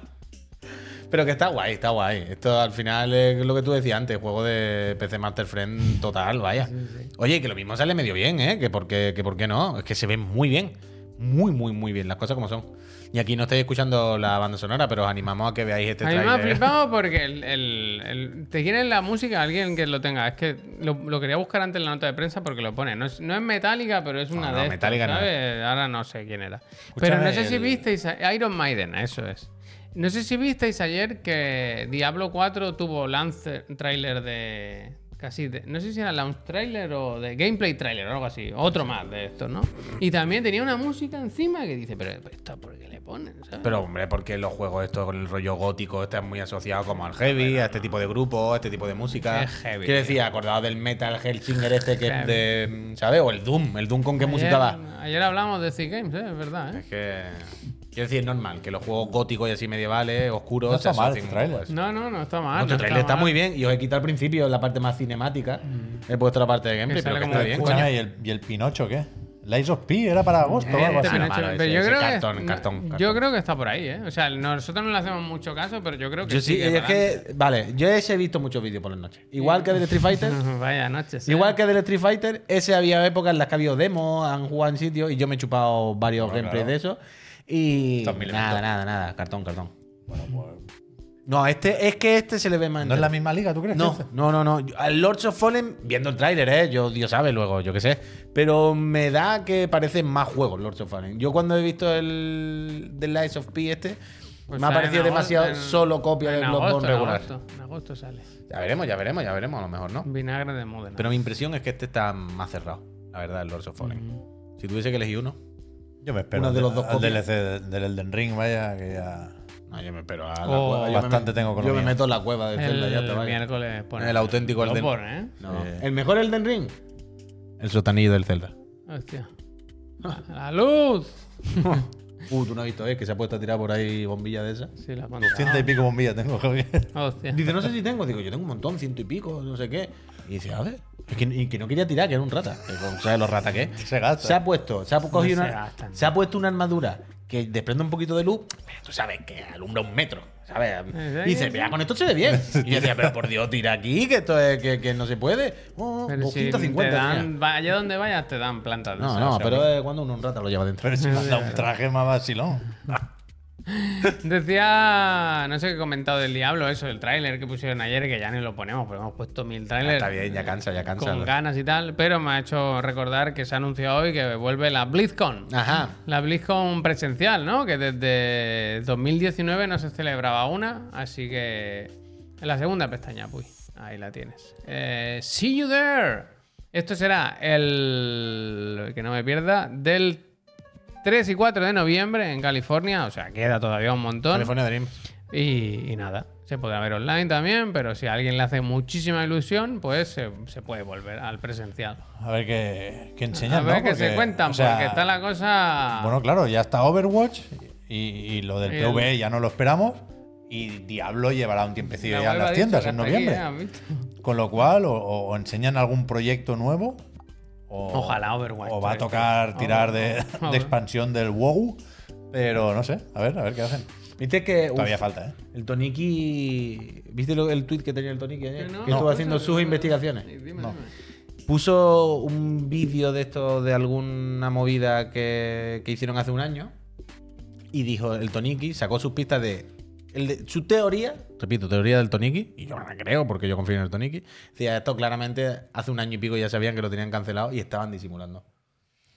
B: Pero que está guay, está guay. Esto al final es lo que tú decías antes, juego de PC Master Friend total, vaya. Oye, que lo mismo sale medio bien, ¿eh? Que por qué, que por qué no. Es que se ven muy bien. Muy, muy, muy bien. Las cosas como son. Y aquí no estáis escuchando la banda sonora, pero os animamos a que veáis este
A: a mí me ha
B: trailer.
A: flipado porque el, el- el- te quieren la música alguien que lo tenga. Es que lo, lo quería buscar antes en la nota de prensa porque lo pone. No es, no es Metallica, pero es una
B: Ah, no,
A: de estas,
B: Metallica no
A: ¿sabes? Ahora no sé quién era. pero no sé si
C: el-
A: visteis a- Iron Maiden, eso es. No sé si visteis ayer que Diablo 4 tuvo lance trailer de casi de- no sé si era launch trailer o de gameplay trailer o algo así, otro más de estos, ¿no? Y también tenía una música encima que dice, pero esto por qué le ponen, ¿sabes?
B: Pero hombre, porque los juegos estos con el rollo gótico están muy asociados como al heavy, a este tipo de grupos, a este tipo de música.
A: Es heavy,
B: Quiero decir, acordados del metal Hellsinger este que es
A: Heavy.
B: de, ¿sabes? O el Doom, el Doom con qué música va.
A: Ayer hablamos de Sea Games, ¿eh? es verdad, ¿eh?
B: Es que. Quiero decir, es normal que los juegos góticos y así medievales, oscuros.
C: No está
B: se
C: mal
B: asocien
C: este tráiler.
B: un poco a eso.
A: No, no, no está mal.
B: Nuestro
A: no
B: trailer está,
A: mal. Mm.
B: muy bien y os he quitado al principio la parte más cinemática. He puesto la parte de gameplay,
A: sale
B: pero que
A: como
B: está
A: de
B: bien,
A: fuera.
B: coño.
C: Escúchame, ¿y el, y el Pinocho qué? Lies of P era para agosto o
A: Eh,
C: algo así.
A: también
B: no,
A: ha hecho-
B: malo,
A: pero
B: ese-
A: yo
B: ese
A: creo
B: cartón,
A: que,
B: cartón,
A: Yo
B: cartón.
A: creo que está por ahí, ¿eh? O sea, nosotros no le hacemos mucho caso, pero yo creo que
B: Yo sí,
A: que
B: es que. Vale, yo ese he visto muchos vídeos por las noches. Igual que del Street Fighter.
A: Vaya noche. sí.
B: Igual que del Street Fighter, ese había épocas en las que ha habido demos, han jugado en sitios y yo me he chupado varios
C: Bueno,
B: gameplays
C: claro.
B: de eso. Y.
C: Dos mil
B: Nada,
C: elementos.
B: nada, nada. Cartón, cartón.
C: Bueno, pues,
B: No, este, es que este se le ve más.
C: ¿No es
B: entero.
C: la misma liga, tú crees?
B: No,
C: que este?
B: no, no, no. Al Lords of Fallen, viendo el tráiler, ¿eh? Yo, Dios sabe luego, yo qué sé. Pero me da que parecen más juegos Lords of Fallen. Yo cuando he visto el The Lies of P este,
A: Pues
B: me ha
A: sale
B: parecido
A: en agosto-
B: demasiado
A: en-
B: solo copia del
A: en
B: Bloodborne
A: agosto, en
B: regular.
A: agosto. En agosto sale.
B: Ya veremos, ya veremos, ya veremos, a lo mejor no.
A: Vinagre de Módena.
B: Pero mi impresión es que este está más cerrado, la verdad, el Lords of Fallen.
A: Mm.
B: Si tuviese que elegir uno,
C: Yo me espero.
B: Una de
C: al-
B: los dos
C: al
B: copias.
C: DLC de- del Elden Ring, vaya, que ya.
B: no, yo me espero a la
A: Oh.
B: cueva. Yo me
C: Bastante
B: met-
C: tengo con lo
B: Yo me
C: mío.
B: meto en la cueva de Zelda, ya te
A: el
B: vaya.
A: miércoles pone
B: El auténtico Elden-
A: Bloodborne, ¿eh?
B: No.
C: Sí.
B: ¿El mejor Elden Ring? El sotanillo del Zelda.
A: Hostia. A la luz.
B: Uh, tú no has visto, ¿eh? Que se ha puesto a tirar por ahí bombilla de esa.
A: Sí, la pantalla.
C: 200 y pico bombillas tengo, Javier.
A: Hostia.
B: Dice, no sé si tengo. Digo, yo tengo un montón, ciento y pico, no sé qué. Y dice, a ver. Es que, y que no quería tirar, que era un rata. Que con- ¿Sabes los ratas que es?
C: Se gasta.
B: Se ha puesto, se ha cogido
A: No se
B: una.
A: gastan.
B: Se ha puesto una armadura que desprende un poquito de luz, pero tú sabes que alumbra un metro, ¿sabes?
A: Eh,
B: Y dices,
A: sí.
B: mira, con esto se ve bien. Y yo decía, pero por Dios, tira aquí, que esto es, que, que no se puede. Oh,
A: Pero si
B: 250,
A: te
B: mira.
A: dan, allá donde vayas te dan plantas de
B: No,
A: esas.
B: no, pero es cuando uno un rata lo lleva dentro.
C: Pero si me han dado un traje más vacilón.
A: Decía, no sé qué he comentado del Diablo, eso, el tráiler que pusieron ayer, que ya ni lo ponemos, porque hemos puesto mil trailers.
B: Ah, Está bien, ya cansa, ya cansa.
A: Con ganas y tal, pero me ha hecho recordar que se ha anunciado hoy que vuelve la
B: Ah,
A: BlizzCon.
B: Ajá.
A: La BlizzCon presencial, ¿no? Que desde 2019 no se celebraba una, así que en la segunda pestaña, pues, ahí la tienes. Eh, see you there. Esto será el que no me pierda del 3 y 4 de noviembre en California, o sea, queda todavía un montón.
B: California Dream.
A: Y, y nada, se podrá ver online también, pero si a alguien le hace muchísima ilusión, pues se, se puede volver al presencial.
C: A ver qué, qué
A: a
C: enseñan,
A: ver
C: ¿no?
A: qué se
C: Porque,
A: cuentan,
C: o sea,
A: porque está la cosa...
C: Bueno, claro, ya está Overwatch y, y lo del
A: El-
C: PvE ya no lo esperamos. Y Diablo llevará un tiempecillo
A: La
C: ya en
A: web ha
C: las
A: dicho
C: tiendas
A: que
C: en
A: hasta aquí,
C: noviembre.
A: ¿eh? ¿Has visto?
C: Con lo cual, o, o enseñan algún proyecto nuevo. O,
A: Ojalá Overwatch, eh.
C: O va a
A: esto.
C: tocar tirar de,
A: Over-
C: de expansión del WoW. Pero no sé, a ver, a ver qué hacen.
B: Viste que. uf,
C: Todavía falta, ¿eh?
B: El Toniki. ¿Viste lo- el tweet que tenía el Toniki ayer?
A: Que no.
B: Que estuvo
A: No.
B: haciendo sus investigaciones.
A: Sí, dime, dime.
B: Puso un vídeo de esto de alguna movida que, que hicieron hace un año. Y dijo el Toniki, sacó sus pistas de. el de- su teoría, repito, teoría del Toniki, y yo me la creo porque yo confío en el Toniki. Decía, esto claramente hace un año y pico ya sabían que lo tenían cancelado y estaban disimulando.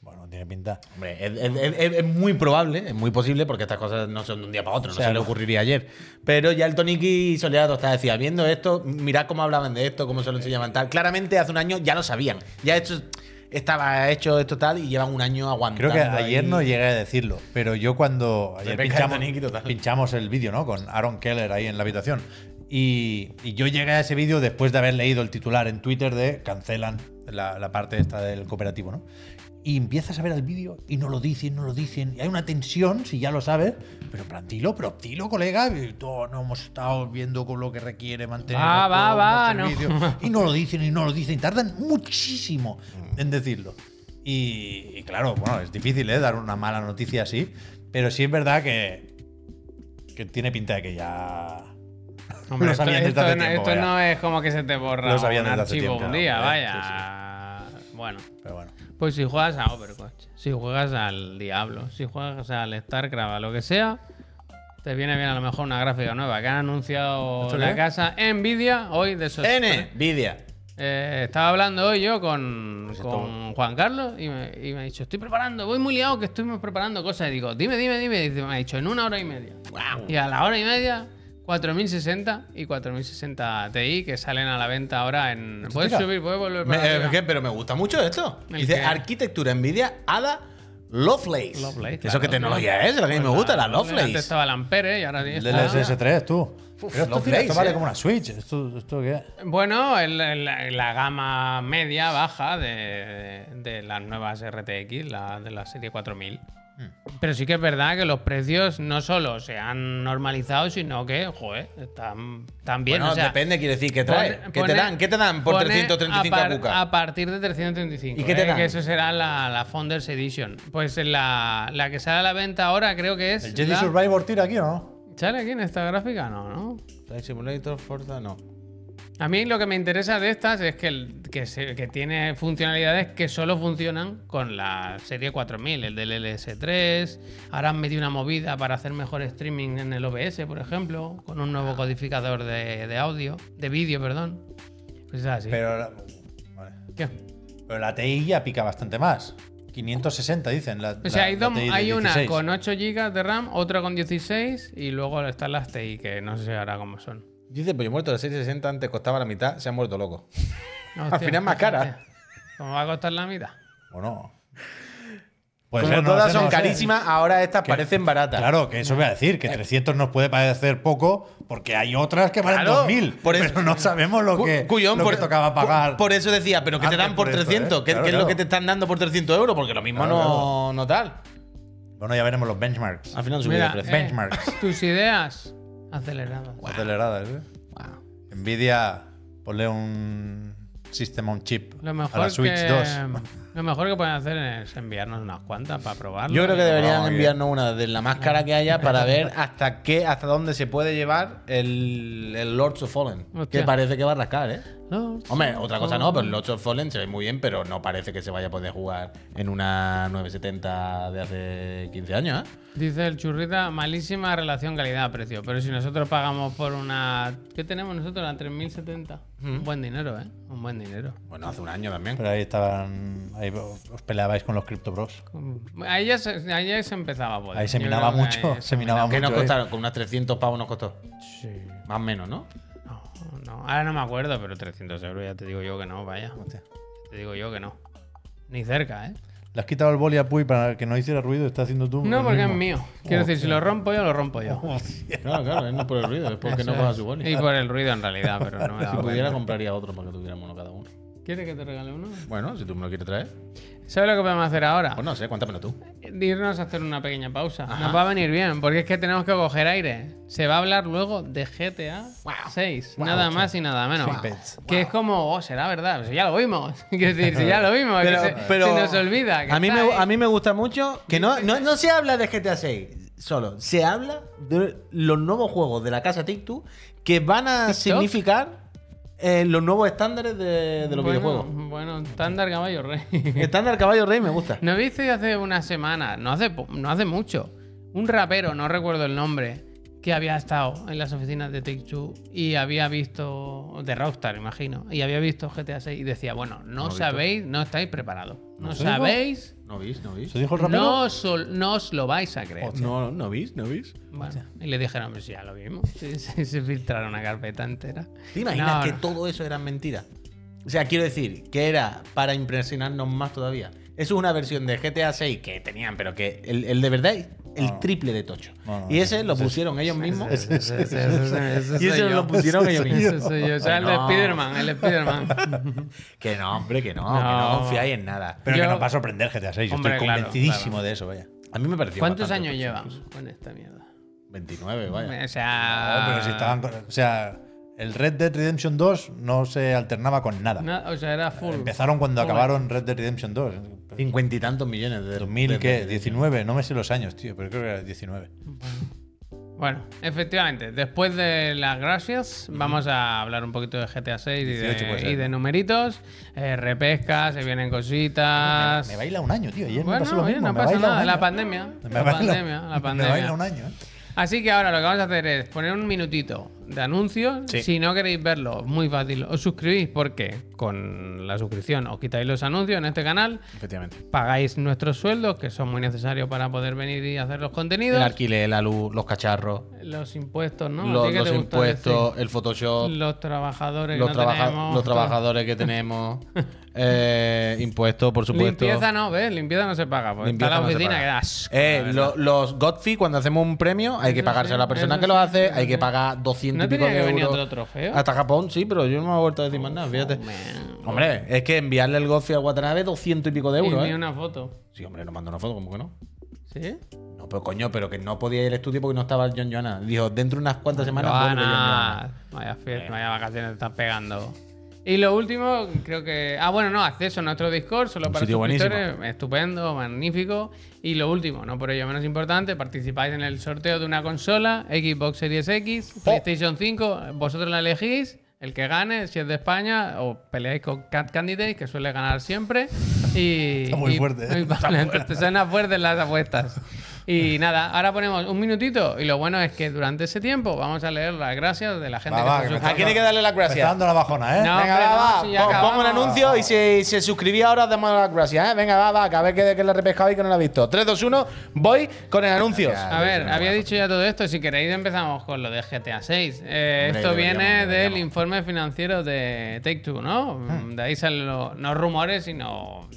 C: Bueno, tiene pinta.
B: Hombre, es, es- es- es- es muy probable, es muy posible, porque estas cosas no son de un día para otro, no
C: O sea,
B: se le
C: no.
B: ocurriría ayer. Pero ya el Toniki Soleado está decía, viendo esto, mirad cómo hablaban de esto, cómo se lo enseñaban tal. Claramente hace un año ya lo sabían. Ya esto estaba hecho esto tal y llevan un año aguantando.
C: Creo que ayer
B: ahí.
C: no llegué a decirlo, pero yo cuando ayer
B: pesca
C: pinchamos,
B: de Nicky, total.
C: pinchamos el vídeo, ¿no? Con Aaron Keller ahí en la habitación. Y, y yo llegué a ese vídeo después de haber leído el titular en Twitter de cancelan la, la parte esta del cooperativo, ¿no? Y empiezas a ver el vídeo y no lo dicen, no lo dicen. Y hay una tensión, si ya lo sabes, pero en plan, dilo, pero dilo, colega. y todo, no hemos estado viendo con lo que requiere mantener.
A: Va,
C: los
A: va,
C: juegos,
A: va,
C: los
A: no.
C: servicios, y no lo dicen y no lo dicen. Tardan muchísimo en decirlo. Y, y claro, bueno, es difícil ¿eh? dar una mala noticia así. Pero sí es verdad que, que tiene pinta de que ya.
A: Hombre,
C: Lo
A: esto,
C: sabían desde
A: esto
C: hace
A: no,
C: tiempo,
A: esto
C: vaya.
A: no es como que se te borra
C: Lo
A: un
C: sabían desde hace
A: archivo
C: tiempo, ¿eh?
A: un día,
C: hombre,
A: vaya. Bueno,
C: Pero bueno.
A: pues si juegas a Overwatch, si juegas al Diablo, si juegas al StarCraft, a lo que sea, te viene bien a lo mejor una gráfica nueva que han anunciado
C: ¿Esto
A: la
C: qué?
A: casa Nvidia hoy de esos.
B: Nvidia.
A: Eh, estaba hablando hoy yo con,
C: sé
A: con
C: todo.
A: Juan Carlos y me, y me ha dicho, estoy preparando, voy muy liado que estuvimos preparando cosas. Y digo, dime, dime, dime. Y dice, me ha dicho, en una hora y media.
B: Guau.
A: Y a la hora y media, 4060 y 4060 Ti que salen a la venta ahora en... Puedes
C: tira?
A: subir, puedes volver
B: Me-
A: para
B: eh,
A: arriba.
B: ¿qué? pero me gusta mucho esto.
A: ¿El
B: Dice
A: qué?
B: arquitectura Nvidia Ada Lovelace.
A: Lovelace,
B: ¿Eso
A: claro,
B: qué tecnología
A: tío.
B: es? La que a mí me
A: Pues
B: gusta, la
A: nada, Antes
B: Lovelace.
A: estaba el Ampere y ahora...
C: El
A: tiene esta-
C: DLSS3, tú. Pero esto,
B: Lovelace,
C: esto vale
B: ¿eh?
C: como una Switch. ¿Esto, esto qué?
A: Bueno, el- el- la, la gama media, baja de, de las nuevas RTX, la, de la serie 4000.
B: Hmm.
A: Pero sí que es verdad que los precios no solo se han normalizado, sino que, joder, están, están bien.
B: Bueno,
A: o sea,
B: depende, quiere decir, ¿qué
A: pone-
B: trae? ¿Qué
A: pone-
B: te dan? ¿Qué te dan por
A: pone
B: 335
A: a, par-
B: cuca?
A: a partir de 335.
B: ¿Y qué te
A: eh,
B: dan?
A: Que eso será la, la Founders Edition. Pues la, la que sale a la venta ahora creo que es...
C: ¿El Jedi
A: la-
C: Survivor tira aquí o no?
A: ¿Sale aquí en esta gráfica? No, ¿no?
B: Flight Simulator, Forza, no.
A: A mí lo que me interesa de estas es que, el- que, se- que tiene funcionalidades que solo funcionan con la serie 4000, el del LS3. Ahora han metido una movida para hacer mejor streaming en el OBS, por ejemplo, con un nuevo codificador de, de audio, de vídeo, perdón. Pues así.
C: Pero, la- vale.
A: ¿Qué?
C: pero la TI ya pica bastante más. 560 dicen. La,
A: O sea, Pues hay, dos- hay una con 8 GB de RAM, otra con 16 y luego están las TI, que no sé ahora cómo son.
B: Dice, pues yo he muerto la 660, antes costaba la mitad, se ha muerto loco.
A: Hostia,
B: final más cara.
A: ¿Cómo va a costar la mitad?
C: Bueno. Pues
B: Como todas son carísimas, ahora estas parecen baratas.
C: Claro, que eso voy a decir,
B: Eh.
C: que 300 nos puede parecer poco porque hay otras que valen
B: Claro,
C: 2000.
B: por eso-
C: pero no sabemos lo
B: Cu-
C: que,
B: cuyón,
C: lo que tocaba pagar.
B: Por, por eso decía, pero que te
C: antes
B: dan por,
C: por esto,
B: 300,
C: ¿eh?
B: que,
C: Claro,
B: que es lo
C: claro.
B: que te están dando por 300 euros, porque lo mismo
C: Claro,
B: no,
C: claro.
B: no tal.
C: Bueno, ya veremos los benchmarks.
B: Al final subió de
A: Mira,
B: precio.
A: eh,
C: Benchmarks.
A: tus ideas aceleradas.
C: Aceleradas, ¿eh? Nvidia, ponle un sistema, un chip
A: Lo
C: a
A: mejor
C: la Switch
A: que,
C: 2.
A: Lo mejor que pueden hacer es enviarnos unas cuantas para probarlo.
B: Yo creo que deberían
C: No, bien.
B: enviarnos una de la máscara que haya para ver hasta qué, hasta dónde se puede llevar el, el Lords of Fallen.
A: Hostia.
B: Que parece que va a rascar, ¿eh?
A: No,
B: Hombre, otra cosa no,
A: Oh.
B: pero el Lords of Fallen se ve muy bien, pero no parece que se vaya a poder jugar en una 970 de hace 15 años, ¿eh?
A: Dice el churrita, malísima relación calidad-precio. Pero si nosotros pagamos por una. ¿Qué tenemos nosotros? La 3070. Un buen dinero, ¿eh? Un buen dinero.
B: Bueno, hace un año también.
C: Pero ahí estaban. Ahí os peleabais con los Crypto Bros.
A: Ahí ya se, ahí ya se empezaba a poder.
C: Ahí se
A: Yo
C: minaba
A: creo que ahí
C: mucho.
A: se
C: Se minaba
B: ¿Qué
C: mucho.
B: nos
C: eh.
B: costaron? Con unas 300 pavos nos costó.
A: Sí.
B: Más o menos, ¿no?
A: No, no. Ahora no me acuerdo, pero 300 euros ya te digo yo que no, vaya.
C: Hostia.
A: Te digo yo que no. Ni cerca, ¿eh?
C: Le has quitado el boli a Puy para que no hiciera ruido. Está haciendo tú.
A: No,
C: lo
A: porque es
C: mismo.
A: mío. Quiero decir, si lo rompo yo, lo rompo yo.
B: Claro, claro, es no por el ruido, es porque no
A: Eso
B: coja
A: es.
B: su boli.
A: Y por el ruido en realidad, pero no me
B: Si
A: da
B: pudiera, compraría otro para que tuviéramos uno cada uno.
A: ¿Quieres que te regale uno?
B: Bueno, si tú me lo quieres traer.
A: ¿Sabes lo que podemos hacer ahora?
B: Pues no sé, cuéntamelo tú.
A: de irnos a hacer una pequeña pausa. Nos va a venir bien, porque es que tenemos que coger aire. Se va a hablar luego de GTA 6, nada más y nada menos.
C: pets.
A: Que es como, oh, será verdad, Pues ya lo vimos. Quiero decir, si ya lo vimos, que
D: Pero-
A: se,
D: pero
A: se nos olvida. que
D: a, mí
A: está
D: me,
A: ahí.
D: a mí me gusta mucho que no, no, no se habla de GTA 6 solo, se habla de los nuevos juegos de la casa TikTok que van a significar eh, los nuevos estándares de, de los
A: bueno,
D: videojuegos.
A: Bueno, estándar caballo rey.
D: Estándar Caballo Rey me gusta.
A: ¿No viste hace una semana, no hace, po- no hace mucho, un rapero, no recuerdo el nombre, que había estado en las oficinas de Take Two y había visto, de Rockstar, imagino, y había visto GTA 6 y decía, bueno, no, sabéis, no estáis preparados, no,
C: ¿No se dijo?
A: sabéis,
B: ¿No vis? ¿No vis?
C: ¿Eso dijo el rapero?
A: no, sol- no os lo vais a creer.
B: No, no vis, no vis.
A: Bueno, y le dijeron, pues ya lo vimos, se, se- se filtraron una carpeta entera.
D: ¿Te imaginas
A: No,
D: que
A: no.
D: todo eso eran mentiras? O sea, quiero decir, que era para impresionarnos más todavía. Eso es una versión de GTA 6 que tenían, pero que el, el de verdad es el triple de tocho.
C: No, no,
D: y ese lo pusieron ellos mismos.
A: Y
D: y ese lo pusieron ellos mismos.
A: Eso soy yo, o sea, el de
D: No.
A: Spider-Man, el de Spider-Man.
D: Que no, hombre, que no, que
A: No.
D: no confiáis en nada.
C: Pero
A: Yo-
C: que nos va a sorprender GTA 6. Yo
A: Hombre,
C: estoy
A: claro,
C: convencidísimo
A: claro.
C: de eso, vaya.
B: A mí me pareció.
A: ¿Cuántos
B: bastante
A: años
B: tocho.
A: llevamos con esta mierda?
B: 29, vaya.
A: O sea.
C: No, pero si estaban con- O sea, el Red Dead Redemption 2 no se alternaba con nada.
A: No, o sea, era full.
C: Empezaron cuando
A: Joder.
C: acabaron Red Dead Redemption 2.
B: Cincuenta y tantos millones de.
C: 2000,
B: de-
C: ¿qué? 19, no me sé los años, tío, pero creo que era 19.
A: Bueno, efectivamente, después de las gracias, vamos a hablar un poquito de GTA 6 y,
C: 18 puede
A: de,
C: ser,
A: y de numeritos. Eh, repescas, se vienen cositas.
C: Me baila un año, tío. Ayer me
A: bueno,
C: pasó lo
A: oye,
C: mismo.
A: no
C: me
A: pasa
C: baila un
A: nada, la
C: año.
A: pandemia.
C: Me
A: La
C: baila-
A: pandemia, la pandemia.
C: Me baila un año, ¿eh?
A: Así que ahora lo que vamos a hacer es poner un minutito de anuncios. Si no queréis verlo, muy fácil. Os suscribís porque con la suscripción os quitáis los anuncios en este canal.
B: Efectivamente.
A: pagáis nuestros sueldos, que son muy necesarios para poder venir y hacer los contenidos.
B: El alquiler, la luz, los cacharros,
A: Los impuestos, ¿no? ¿A
B: los,
A: ti qué
B: los
A: te gusta
B: impuestos, el Photoshop,
A: decir? Los trabajadores. que
B: los,
A: no
B: trabaja-
A: tenemos,
B: los
A: todo.
B: trabajadores que tenemos, eh, impuestos, por supuesto.
A: Limpieza no, ¿ves? Limpieza no se paga. Porque
B: Limpieza
A: está la
B: no se
A: oficina
B: paga.
A: que da asco,
B: Eh,
A: la verdad.
B: lo- los Godfrey, cuando hacemos un premio, hay que
A: Eso
B: pagarse
A: sí,
B: a la persona
A: eso
B: que lo
A: sí,
B: hace,
A: eso
B: hay que
A: sí.
B: pagar 200
A: ¿No
B: y pico
A: tenía que
B: de
A: venir
B: euros.
A: otro trofeo?
B: Hasta Japón, sí, pero yo no me he vuelto a decir más nada, fíjate.
A: Oh, Man.
B: Hombre, es que enviarle el Godfrey al Watanabe 200 y pico de euros,
A: Y ni
B: ¿eh?
A: una foto.
B: Sí, hombre, no mando una foto, ¿cómo que no?
A: ¿Sí?
B: No, pero coño, pero que no podía ir al estudio porque no estaba el John Joanna. Dijo, dentro de unas cuantas semanas vuelve John Joanna.
A: Joana, Vaya
C: Eh.
A: fiesta, vaya vacaciones te estás pegando. Y lo último, creo que. Ah, bueno, no, acceso a nuestro Discord, solo para
B: sitio
A: suscriptores. Estupendo, magnífico. Y lo último, no por ello menos importante, participáis en el sorteo de una consola, Xbox Series X,
C: Oh.
A: PlayStation 5, vosotros la elegís. El que gane, si es de España, o peleáis con Cat Candidate, que suele ganar siempre. Y,
C: Está muy
A: y-
C: fuerte, ¿eh?
A: y- te suena fuerte las apuestas. Y nada, ahora ponemos un minutito y lo bueno es que durante ese tiempo vamos a leer las gracias de la gente
C: Va, va,
A: que
C: que
A: se suscribe.
C: me está-
D: ¿A quién hay que darle las
C: Me está
D: gracias?
C: dando la bajona, ¿eh?
A: No,
C: Venga,
A: hombre,
D: Venga,
A: no,
D: va,
A: si
D: pon-
A: ya
D: pongo
A: acabamos.
D: un anuncio y si se suscribía ahora damos las gracias, ¿eh? Venga, va, va, que a ver que, que la he pescado y que no la he visto. 3, 2, 1, voy con el anuncio.
A: A ver, había dicho ya todo esto. Si queréis, empezamos con lo de GTA 6.
B: Hombre,
A: Eh, esto viene
B: deberíamos,
A: del
B: deberíamos.
A: informe financiero de Take Two, ¿no?
D: Hmm.
A: De ahí salen los, no rumores, sino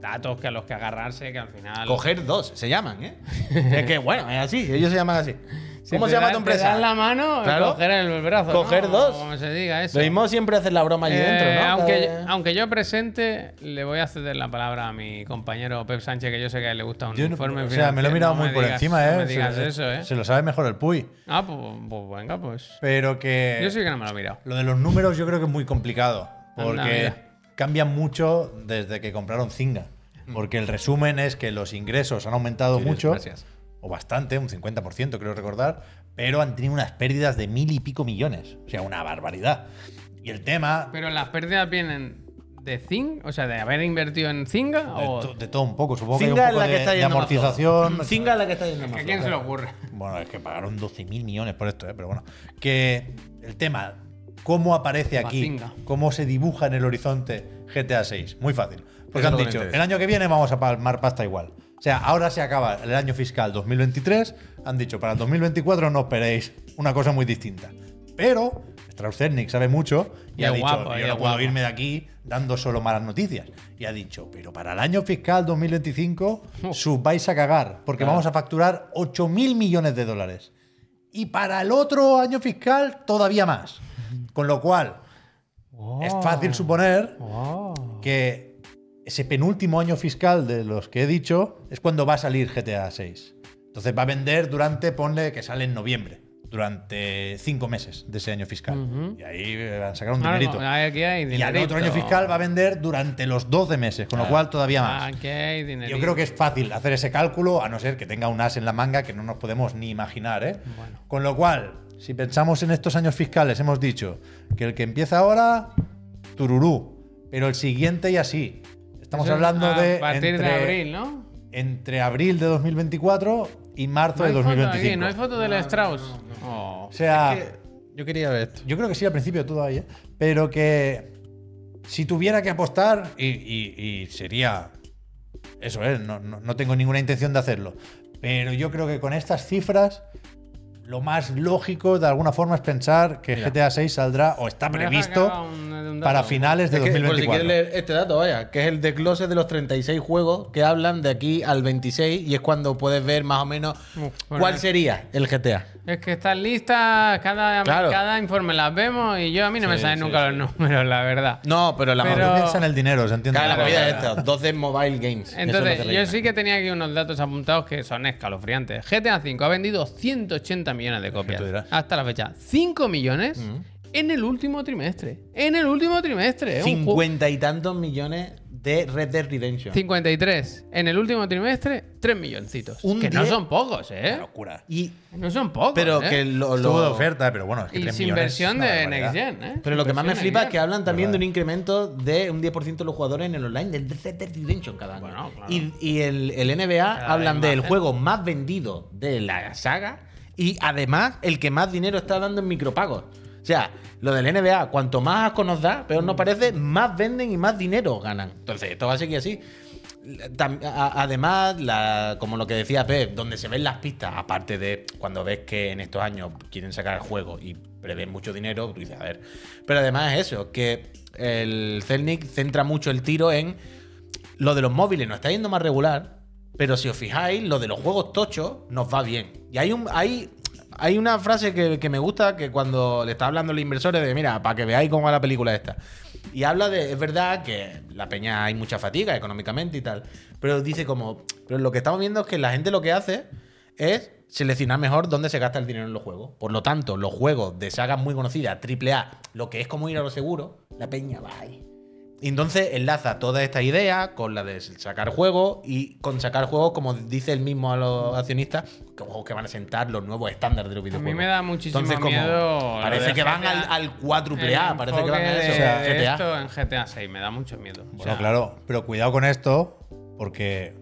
A: datos que a los que agarrarse, que al final.
B: Coger dos, se llaman, ¿eh?
D: Es que bueno, es así, ellos se llaman así.
A: Si
D: ¿Cómo
A: te
D: se llama
A: dan-
D: tu
A: Te
D: empresa?
A: dan la mano,
D: Claro.
A: coger el brazo.
D: Coger
A: ¿no?
D: dos.
A: Como se diga eso.
D: Lo mismo siempre hacen la broma allí
A: Eh,
D: dentro, ¿no?
A: aunque,
D: Cada-
A: aunque yo presente, le voy a ceder la palabra a mi compañero Pep Sánchez, que yo sé que a él le gusta un
C: Yo no-
A: informe.
C: o sea, me lo
A: financiero.
C: he mirado
A: No
C: muy
A: me
C: por
A: digas-
C: encima, ¿eh?
A: No me digas
C: se,
A: eso, ¿eh?
C: se lo sabe mejor el Puy.
A: Ah, pues, pues venga, pues.
C: Pero que.
A: Yo sí que no me lo he mirado.
C: Lo de los números yo creo que es muy complicado.
A: Anda,
C: Porque
A: mira. Mm.
C: cambian mucho desde que compraron Zinga. Porque el resumen es que los ingresos han aumentado
B: Sí,
C: mucho,
B: gracias.
C: o bastante, un 50% creo recordar, pero han tenido unas pérdidas de mil y pico millones. O sea, una barbaridad. Y el tema,
A: Pero las pérdidas vienen de Zing, o sea, de haber invertido en Zinga
C: de,
A: o.
C: to- de todo un poco, supongo que hay un
D: Zinga es
C: poco
D: la
C: de,
D: que está
C: de
D: yendo más floja.
C: amortización.
D: Zinga es la que está yendo más
A: ¿A quién
D: floja.
A: se le ocurre?
C: Bueno, es que pagaron 12.000 millones por esto, ¿eh? pero bueno. Que el tema, ¿cómo aparece aquí?
A: Bazinga.
C: ¿Cómo se dibuja en el horizonte GTA 6? Muy fácil. Porque
B: Eso
C: han
B: es lo que
C: dicho,
B: me interesa.
C: el año que viene vamos a palmar pasta igual. O sea, ahora se acaba el año fiscal 2023. Han dicho, para el 2024 no esperéis una cosa muy distinta. Pero Strauss-Zelnick sabe mucho y,
A: Y
C: ha
A: es
C: dicho,
A: guapo, y
C: yo
A: es
C: no puedo
A: guapo".
C: irme de aquí dando solo malas noticias. Y ha dicho, pero para el año fiscal 2025
A: Uf.
C: sus vais a cagar, porque vamos a facturar 8.000 millones de dólares. Y para el otro año fiscal todavía más. Con lo cual, es fácil suponer
A: Oh.
C: que ese penúltimo año fiscal de los que he dicho es cuando va a salir GTA 6. Entonces va a vender durante, ponle que sale en noviembre, durante cinco meses de ese año fiscal.
A: Ujú.
C: Y ahí eh, van a sacar un
A: Ahora,
C: dinerito.
A: aquí hay
C: y al
A: dinerito.
C: otro año fiscal va a vender durante los 12 meses,
A: Ah,
C: con lo cual todavía más.
A: Aquí hay dinerito.
C: Yo creo que es fácil hacer ese cálculo, a no ser que tenga un as en la manga que no nos podemos ni imaginar. ¿eh?
A: Bueno.
C: Con lo cual, si pensamos en estos años fiscales, hemos dicho que el que empieza ahora, tururú, pero el siguiente y así. Estamos
A: Eso es
C: hablando de,
A: A partir
C: entre,
A: de abril, ¿no?
C: entre abril de 2024 y marzo
A: No hay
C: de
A: foto
C: 2025.
A: aquí, no hay foto del Strauss. Oh.
C: O sea,
B: Yo quería ver esto.
C: yo creo que sí al principio todavía, pero que si tuviera que apostar, y, y- y sería. Eso es, no, no- no tengo ninguna intención de hacerlo. Pero yo creo que con estas cifras, lo más lógico de alguna forma es pensar que GTA 6 saldrá o está
A: Deja que haga
C: previsto
A: un- un dato.
C: para finales de
D: Es que, por si
C: 2024.
D: quieres leer este dato, vaya, que es el desglose de los 36 juegos que hablan de aquí al 26 y es cuando puedes ver más o menos
A: Uf, bueno,
D: cuál
A: es-
D: sería el GTA.
A: Es que están listas, cada,
D: Claro.
A: cada informe las vemos y yo a mí no me
B: Sí,
A: salen
B: sí,
A: nunca
B: sí.
A: los números, la verdad.
D: No, pero la
A: Pero-
C: Pero
D: movida-
C: piensa en el dinero, se entiende.
D: Claro, la movida es
C: Claro.
D: esta, 12 mobile games. Eso es lo
A: Entonces,
D: que
A: yo
D: rellenan.
A: sí que tenía aquí unos datos apuntados que son escalofriantes. GTA V ha vendido 180 millones de copias
C: tú dirás.
A: hasta la fecha. 5 millones
D: Mm.
A: en el último trimestre. En el último trimestre. Es un ju-
D: 50 y tantos millones de Red Dead Redemption.
A: 53. En el último trimestre, 3 milloncitos.
D: Un
A: que no
D: diez-
A: son pocos, ¿eh?
C: Una locura.
D: Y,
A: No son pocos.
D: pero
A: ¿eh?
D: que lo,
C: Estuvo
D: lo-
C: de oferta, pero bueno, es que
A: Y
C: tres
A: sin
C: millones es
A: versión
C: una
A: de
C: barbaridad.
A: Next Gen, ¿eh?
D: Pero lo que más me
A: Versión
D: flipa es
A: Next
D: que
A: Gen.
D: hablan también
C: Verdad.
D: de un incremento de un 10% de los jugadores en el online del Red Dead Redemption cada año.
A: Bueno, claro.
D: Y, y el, el NBA
A: Cada
D: hablan
A: vez más,
D: del
A: ¿eh?
D: juego más vendido de la saga y además el que más dinero está dando en micropagos. O sea, lo del NBA, cuanto más asco nos da, peor nos parece, más venden y más dinero ganan. Entonces, esto va a seguir así. Tam- a- Además, la- como lo que decía Pep, donde se ven las pistas, aparte de cuando ves que en estos años quieren sacar el juego y prevén mucho dinero, tú dices, a ver. Pero además es eso, que el Celnic centra mucho el tiro en lo de los móviles, nos está yendo más regular, pero si os fijáis, lo de los juegos tochos nos va bien. Y hay un. Hay, hay una frase que, que me gusta que cuando le está hablando a los inversores de, mira, para que veáis cómo va la película esta. Y habla de, es verdad que la peña hay mucha fatiga económicamente y tal, pero dice como, pero lo que estamos viendo es que la gente lo que hace es seleccionar mejor dónde se gasta el dinero en los juegos. Por lo tanto, los juegos de sagas muy conocidas, AAA, lo que es como ir a lo seguro, la peña va ahí. Y entonces enlaza toda esta idea con la de sacar juegos y con sacar juegos, como dice el mismo a los accionistas, que juegos que van a sentar los nuevos estándares de los
A: A
D: videojuegos.
A: mí me da muchísimo
D: Entonces, como
A: miedo. lo
D: Parece
A: de
D: que van al,
A: GTA.
D: al cuádruple A,
A: El
D: parece que van a
A: enfoque de-
D: eso. o sea,
A: de
D: GTA.
A: Esto en GTA 6 me da mucho miedo. O
C: Bueno,
A: sea,
C: claro, pero cuidado con esto, porque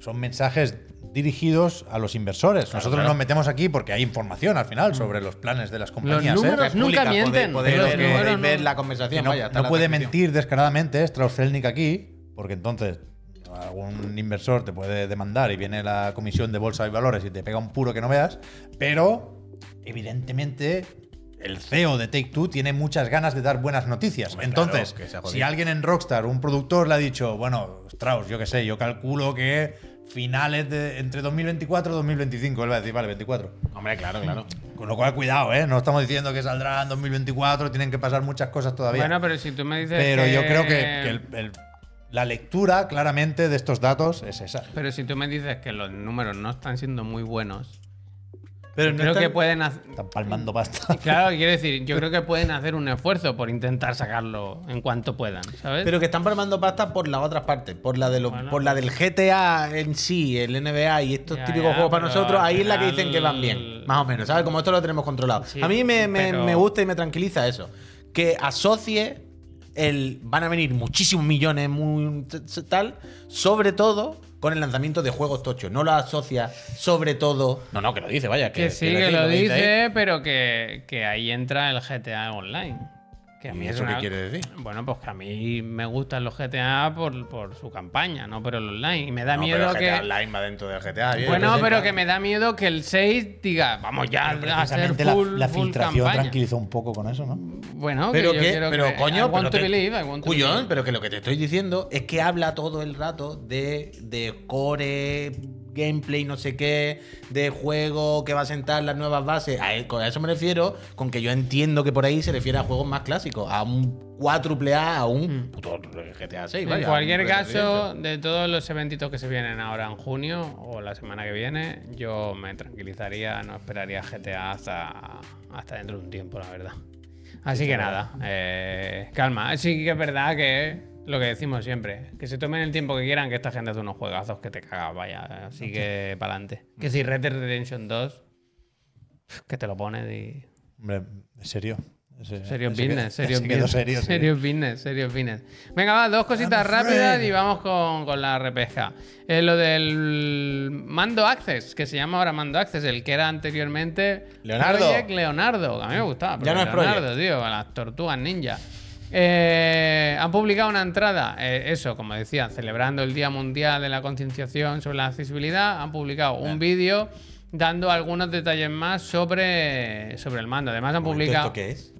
C: son mensajes dirigidos a los inversores. Nosotros
D: claro.
C: nos metemos aquí porque hay información al final sobre los planes de las compañías. ¿eh?
A: números
D: Es
A: nunca
D: pública,
A: mienten.
D: podéis-
C: Los
D: Podéis ver,
A: números
D: podéis ver
A: no-
D: la
C: Que
D: conversación.
C: no
D: vaya, está
C: no
D: la
C: puede
D: transcripción.
C: mentir descaradamente ¿eh? Strauss-Zelnick aquí, porque entonces algún inversor te puede demandar y viene la comisión de bolsa y valores y te pega un puro que no veas, pero evidentemente el CEO de Take Two tiene muchas ganas de dar buenas noticias. entonces,
B: claro, que se ha jodido.
C: si alguien en Rockstar, un productor, le ha dicho, bueno, Strauss, yo qué sé, yo calculo que finales de entre 2024 y 2025, él va a decir, vale, 24.
B: Hombre,
C: Mm.
B: claro, claro.
C: Con lo cual, cuidado, ¿eh? No estamos diciendo que saldrá en 2024, tienen que pasar muchas cosas todavía.
A: Bueno, pero si tú me dices.
C: Pero yo creo que, que el- el- la lectura claramente de estos datos es esa.
A: Pero si tú me dices que los números no están siendo muy buenos,
D: Pero no
A: Creo
D: están-
A: que pueden hacer.
C: Están palmando pasta.
A: Claro, quiero decir, yo creo que pueden hacer un esfuerzo por intentar sacarlo en cuanto puedan, ¿sabes?
D: Pero que están palmando pasta por las otras partes, por la de los,
A: Bueno. pues.
D: por la del GTA en sí, el NBA y estos
A: Ya,
D: típicos
A: ya,
D: juegos para
A: pero
D: nosotros,
A: al
D: ahí es la que
A: final-
D: dicen que van bien, más o menos, ¿sabes? Como esto lo tenemos controlado.
A: Sí,
D: a mí me, me-
A: pero-
D: me gusta y me tranquiliza eso, que asocie el van a venir muchísimos millones, muy, t- t- tal, sobre todo con el lanzamiento de juegos tochos, no lo asocia sobre todo.
B: No, no, que lo dice, vaya. Que,
A: Que sí,
B: Eh,
A: que
B: quiero decir,
A: lo
B: ahí.
A: dice, pero que, que ahí entra el GTA Online. Que a mí
B: ¿Y
A: es
B: eso
A: una-
B: qué quiere decir?
A: Bueno, pues que a mí me gustan los GTA por, por su campaña, no por el online. Y me da
B: No, pero
A: miedo
B: el
A: que.
B: GTA Online va dentro del GTA. bien.
A: Bueno, pero que me da miedo que el 6 diga, vamos ya a hacer
C: Precisamente la,
A: full,
C: la
A: full
C: filtración
A: campaña.
C: tranquilizó un poco con eso, ¿no?
A: Bueno,
D: Pero
A: que yo
D: que-
A: quiero
D: pero
A: que- I
D: coño,
A: want
D: pero
A: to
D: te-
A: believe, I want to
D: Cuyón,
A: believe.
D: pero que lo que te estoy diciendo es que habla todo el rato de, de core, gameplay, no sé qué, de juego que va a sentar las nuevas bases. A, e- con eso me refiero con que yo entiendo que por ahí se refiere a juegos más clásicos, a un 4 A, a un puto GTA 6.
A: Mm. En cualquier caso, de todos los eventitos que se vienen ahora en junio o la semana que viene, yo me tranquilizaría, no esperaría GTA hasta, hasta dentro de un tiempo, la verdad. Así que nada, eh, calma. Sí que es verdad que es lo que decimos siempre, que se tomen el tiempo que quieran, que esta gente hace unos juegazos que te cagas, vaya. Así que Mm. para adelante. Que si Red Dead Redemption 2, que te lo pones y...
C: Hombre, serio. Ese-
A: Serios
C: ese que-
A: business,
C: ese
A: serios
C: quedó
A: business.
C: serio, sí.
A: serious business, serious business. Venga, va, dos cositas rápidas y vamos con, con la repesca. Eh, lo del mando access, que se llama ahora mando access, el que era anteriormente
B: Leonardo.
A: Project Leonardo, que a mí me gustaba. pero
D: Ya no es
A: Leonardo, tío, a las tortugas ninja. Eh, han publicado una entrada, eh, eso, como decía, celebrando el Día Mundial de la Concienciación sobre la Accesibilidad, han publicado un vídeo dando algunos detalles más sobre, sobre el mando. Además han publicado...
D: ¿Esto qué es?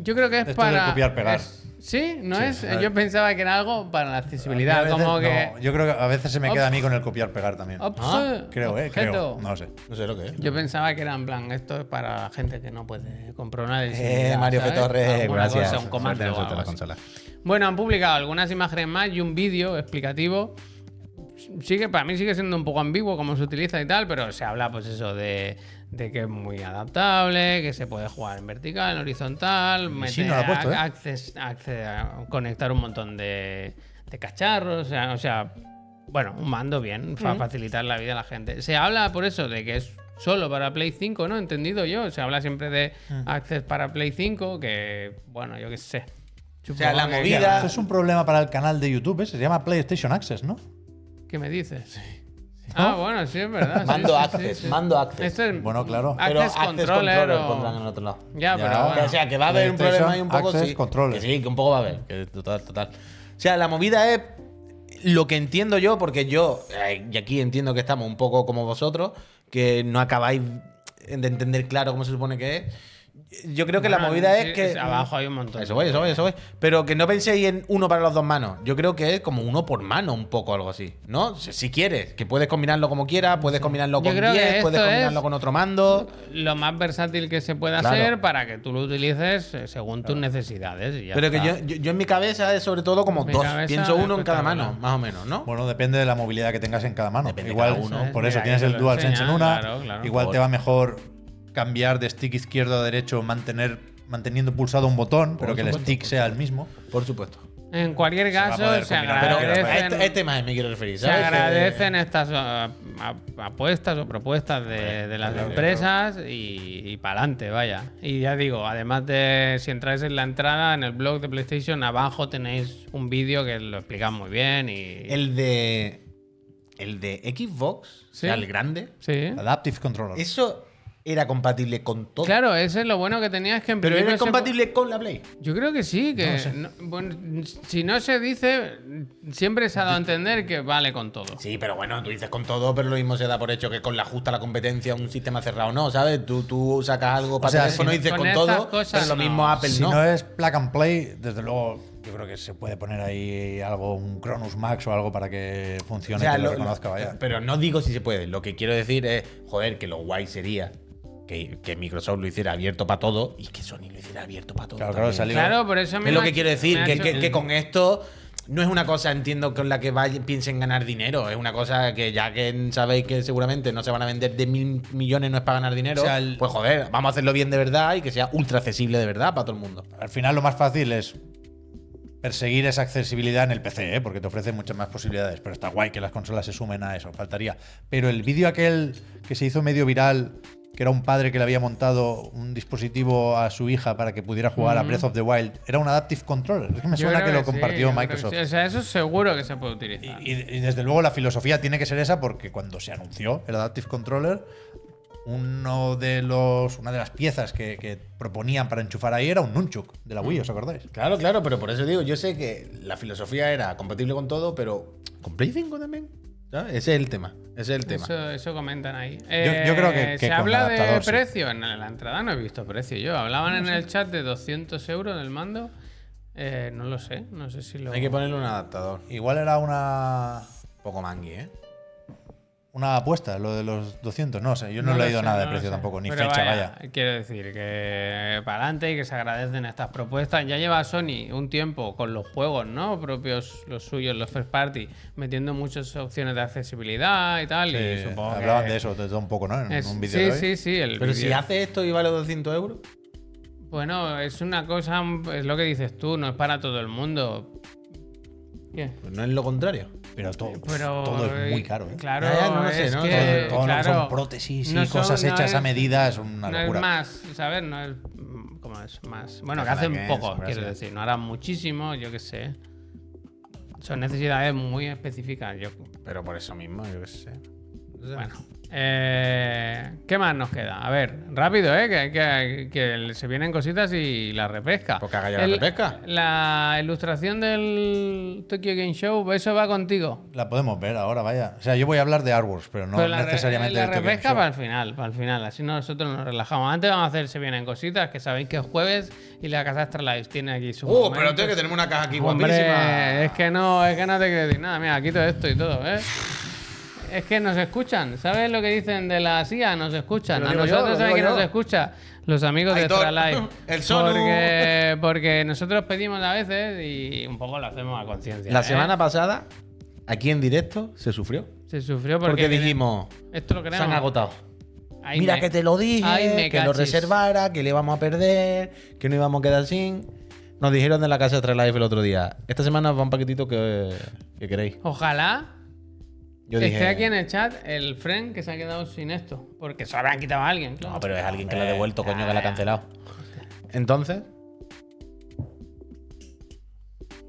A: Yo creo que es
C: Esto es
A: para.
C: de copiar, pegar.
A: es- sí, no
C: Sí,
A: es.
C: a ver.
A: Yo pensaba que era algo para la
C: A
A: accesibilidad.
C: veces-
A: como que.
C: no, yo creo que a veces se me
A: Op-
C: queda a mí con el copiar-pegar también.
A: Obje-
C: Creo, eh,
A: objeto.
C: creo. No sé.
D: Ah, No sé lo que es.
A: Yo pensaba que era en plan, esto es para la gente que no puede comprar una
D: Eh,
A: accesibilidad,
D: Mario
A: ¿sabes?
D: Fetorres,
A: Alguna
D: gracias.
A: cosa, un comando
D: Suerte,
A: o
D: suerte
A: algo
D: la
A: así.
D: consola.
A: Bueno, han publicado algunas imágenes más y un vídeo explicativo. Sigue, para mí sigue siendo un poco ambiguo cómo se utiliza y tal, pero se habla pues eso de, de que es muy adaptable, que se puede jugar en vertical, en horizontal,
C: sí,
A: meter,
C: no lo ha puesto, ¿eh?
A: acces- acce- a conectar un montón de, de cacharros, o sea, o sea, bueno, un mando bien, para facilitar la vida a la gente. Se habla por eso de que es solo para Play 5, ¿no? Entendido yo, se habla siempre de Access para Play 5, que bueno, yo qué sé.
D: O sea, la
A: Supongo que-
D: movida-
C: Eso es un problema para el canal de YouTube, ¿eh? Se llama PlayStation Access, ¿no?
A: ¿Qué me dices? Ah, bueno, sí, es verdad. sí,
D: Mando
A: sí,
D: access,
A: sí, sí.
D: mando access.
A: Esto es
C: Bueno, claro.
D: Pero
A: Access
D: access
A: controller,
D: controller
A: o-
D: pondrán en otro lado.
A: Ya,
C: Ya,
A: pero bueno.
D: O sea, que va a haber un
C: PlayStation
D: problema y un poco
C: Access
D: sí.
C: Controller.
D: Que sí, que un poco va a haber. que total, total. O sea, la movida es lo que entiendo yo, porque yo, eh, y aquí entiendo que estamos un poco como vosotros, que no acabáis de entender claro cómo se supone que es. Yo creo que la
A: Bueno,
D: movida
A: Ah, sí,
D: es que.
A: es abajo hay un montón.
D: Eso voy, eso voy, eso voy. Pero que no penséis en uno para las dos manos. Yo creo que es como uno por mano, un poco algo así. ¿No? Si, si quieres, que puedes combinarlo como quieras, puedes combinarlo
A: Yo
D: con
A: creo que
D: 10, puedes
A: esto es-
D: combinarlo con otro mando.
A: Lo más versátil que se pueda
D: Claro.
A: hacer para que tú lo utilices eh, según tus necesidades. y ya
D: Pero que
A: está.
D: yo, yo, yo en mi cabeza es sobre todo como
A: En mi
D: dos.
A: cabeza
D: Pienso uno en
A: cuesta
D: cada mano,
A: hablar.
D: más o menos, ¿no?
C: Bueno, depende de la movilidad que tengas en cada mano.
D: Depende de
C: igual,
D: cada uno.
C: por
A: ¿eh? Mira,
C: eso
A: ahí
C: tienes
A: te
C: el
A: lo
C: DualSense
A: enseñan,
C: en una.
A: claro, claro.
C: igual te va mejor cambiar de stick izquierdo a derecho, mantener, manteniendo pulsado un botón, pero que el stick sea el mismo.
D: Por supuesto.
A: En cualquier
C: va a
A: caso,
C: poder
A: se
C: combinar, pero
D: Pero
C: Agradecen-
D: a este, a
A: agradecen.
D: este más me quiero referir,
A: Se
D: ¿sabes?
A: agradecen estas ah, ap- apuestas o propuestas de, de las empresas y, para adelante, vaya. Y ya digo, además de si entráis en la entrada, en el blog de PlayStation, abajo tenéis un vídeo que lo explica muy bien y...
D: Que El de. El de Xbox, o sea,
A: Sí.
D: el grande,
A: Sí.
C: Adaptive Controller.
D: eso era compatible con todo.
A: Claro, ese es lo bueno que tenía es que en
D: Pero
A: principio
D: era
A: se-
D: compatible con la Play.
A: Yo creo que sí, que no- bueno, si no se dice, siempre se ha dado a entender que vale con todo.
D: Sí, pero bueno, tú dices con todo, pero lo mismo se da por hecho que con la justa la competencia, un sistema cerrado no, ¿sabes? Tú, tú sacas algo para
C: sea,
D: teléfono
C: si-
D: y dices
A: con
D: con,
A: estas
D: todo,
A: cosas
D: pero lo
A: no.
D: mismo Apple
C: Si
D: no.
C: no. es plug and play, desde luego yo creo que se puede poner ahí algo, un Cronus Max o algo para que funcione,
D: O sea,
C: que lo,
D: lo-
C: reconozca,
D: lo-
C: vaya.
D: Pero no digo si se puede. Lo que quiero decir es, joder, que lo guay sería que, que Microsoft lo hiciera abierto para todo y que Sony lo hiciera abierto para todo.
C: Claro, claro,
D: también.
C: salió-
A: Claro, por eso
D: Es
A: me
D: lo
A: ha-
D: que quiero decir,
A: me ha
D: que,
A: hecho-
D: que- que con esto no es una cosa, entiendo, con la que vayan- piensen ganar dinero. Es una cosa que ya que sabéis que seguramente no se van a vender de mil millones, no es para ganar dinero.
C: O sea, el-
D: Pues joder, vamos a hacerlo bien de verdad y que sea ultra accesible de verdad para todo el mundo.
C: Al final lo más fácil es perseguir esa accesibilidad en el PC, ¿eh? porque te ofrece muchas más posibilidades. Pero está guay que las consolas se sumen a eso, faltaría. Pero el vídeo aquel que se hizo medio viral, que era un padre que le había montado un dispositivo a su hija para que pudiera jugar a Breath of the Wild, era un Adaptive Controller. Es que me
A: Yo
C: suena
A: creo
C: que lo
A: sí,
C: compartió
A: yo creo que
C: Microsoft.
A: sí. O sea, eso seguro que se puede utilizar.
C: Y, y- y desde luego la filosofía tiene que ser esa porque cuando se anunció el Adaptive Controller, uno de los, una de las piezas que, que proponían para enchufar ahí era un Nunchuk de la
A: Mm.
C: Wii, ¿os acordáis?
D: Claro, claro, pero por eso digo, yo sé que la filosofía era compatible con todo, pero ¿con Play 5 también? ¿Sabes? Ese es el tema. Ese es el tema.
A: Eso, eso comentan ahí. Eh,
C: yo creo que- que
A: se
C: con
A: habla de
C: adaptador, sí.
A: precio. En la en la entrada no he visto precio. Yo hablaban en el chat de 200 euros del mando. Eh, no lo sé. No sé si lo.
D: Hay que ponerle un adaptador.
C: Igual era una,
D: Poco mangui, ¿eh?
C: una apuesta, lo de los 200, no sé, yo no,
A: lo
C: le he leído
A: sé,
C: nada de
A: no lo
C: precio
A: sé.
C: tampoco, ni
A: Pero
C: fecha, vaya.
A: Quiero decir que para adelante y que se agradecen estas propuestas. Ya lleva Sony un tiempo con los juegos, ¿no? Propios, los suyos, los first party, metiendo muchas opciones de accesibilidad y tal. y
C: Sí,
A: supongo que-
C: Eh, hablaban de eso de todo un poco, ¿no? En
A: Es-
C: un vídeo
A: sí,
C: de hoy.
A: sí, sí. El
D: Pero si
A: vídeo.
D: hace esto y vale 200 euros.
A: Bueno, es una cosa, es lo que dices tú, no es para todo el mundo. ¿Qué?
D: Pues no es lo contrario.
C: Pero, to-
A: Pero,
C: todo es muy caro, ¿eh?
A: Claro,
D: Ya, ya, no lo sé,
A: es
D: ¿no?
A: que,
C: todo todo lo que
A: claro,
C: son prótesis y
A: no son-
C: cosas
A: no
C: hechas a
A: es-
C: medida es una
A: No
C: locura.
A: es más, ¿sabes? No es. mm, ¿Cómo es? Más. Bueno, que
D: Ojalá
A: hacen
D: que es,
A: poco,
D: gracias.
A: quiero decir. No harán muchísimo, yo qué sé. Son necesidades muy específicas. Yo,
D: Pero por eso mismo, yo qué sé.
A: bueno. Eh, ¿Qué más nos queda? A ver, rápido, ¿eh? Que, que- que se vienen cositas y la repesca.
D: Pues que haga ya la
A: El-
D: repesca.
A: La ilustración del Tokyo Game Show, eso va contigo.
C: La podemos ver ahora, vaya. O sea, yo voy a hablar de Artworks, pero no
A: Pero la re-
C: necesariamente
A: la
C: del Tokyo Game
A: repesca
C: Show.
A: para el final, para el final. Así nosotros nos relajamos. Antes vamos a hacer se vienen cositas, que sabéis que es jueves y la casa Astralife tiene aquí su.
D: Uh, pero tengo que tener una caja aquí guapísima.
A: Hombre, es que no, es que no te quiero decir nada. Mira, quito esto y todo, ¿eh? Es que nos escuchan. ¿Sabes lo que dicen de la CIA? Nos escuchan.
D: Lo
A: A
D: digo yo,
A: nosotros,
D: lo
A: ¿sabes
D: digo
A: quién
D: yo.
A: nos escucha? Los amigos de
D: Aitor,
A: Astralife.
D: el Sonu.
A: Porque, porque nosotros pedimos a veces y un poco lo hacemos a conciencia.
D: La
A: ¿eh?
D: semana pasada, aquí en directo, se sufrió.
A: Se sufrió porque,
D: Porque, dijimos,
A: Esto lo
D: se han
A: creamos.
D: agotado.
A: Ahí
D: Mira
A: me-
D: que te lo dije,
A: Ay, me
D: que lo
A: cachis.
D: reservara, que le íbamos a perder, que no íbamos a quedar sin. Nos dijeron de la casa de Trail Life el otro día. Esta semana va un paquetito que, que queréis.
A: Ojalá
D: Yo
A: esté
D: dije.
A: aquí en el chat el friend que se ha quedado sin esto. Porque se habrán quitado a alguien, claro.
D: No, pero es alguien que la ha devuelto, coño, que la ha cancelado. Eh, Entonces.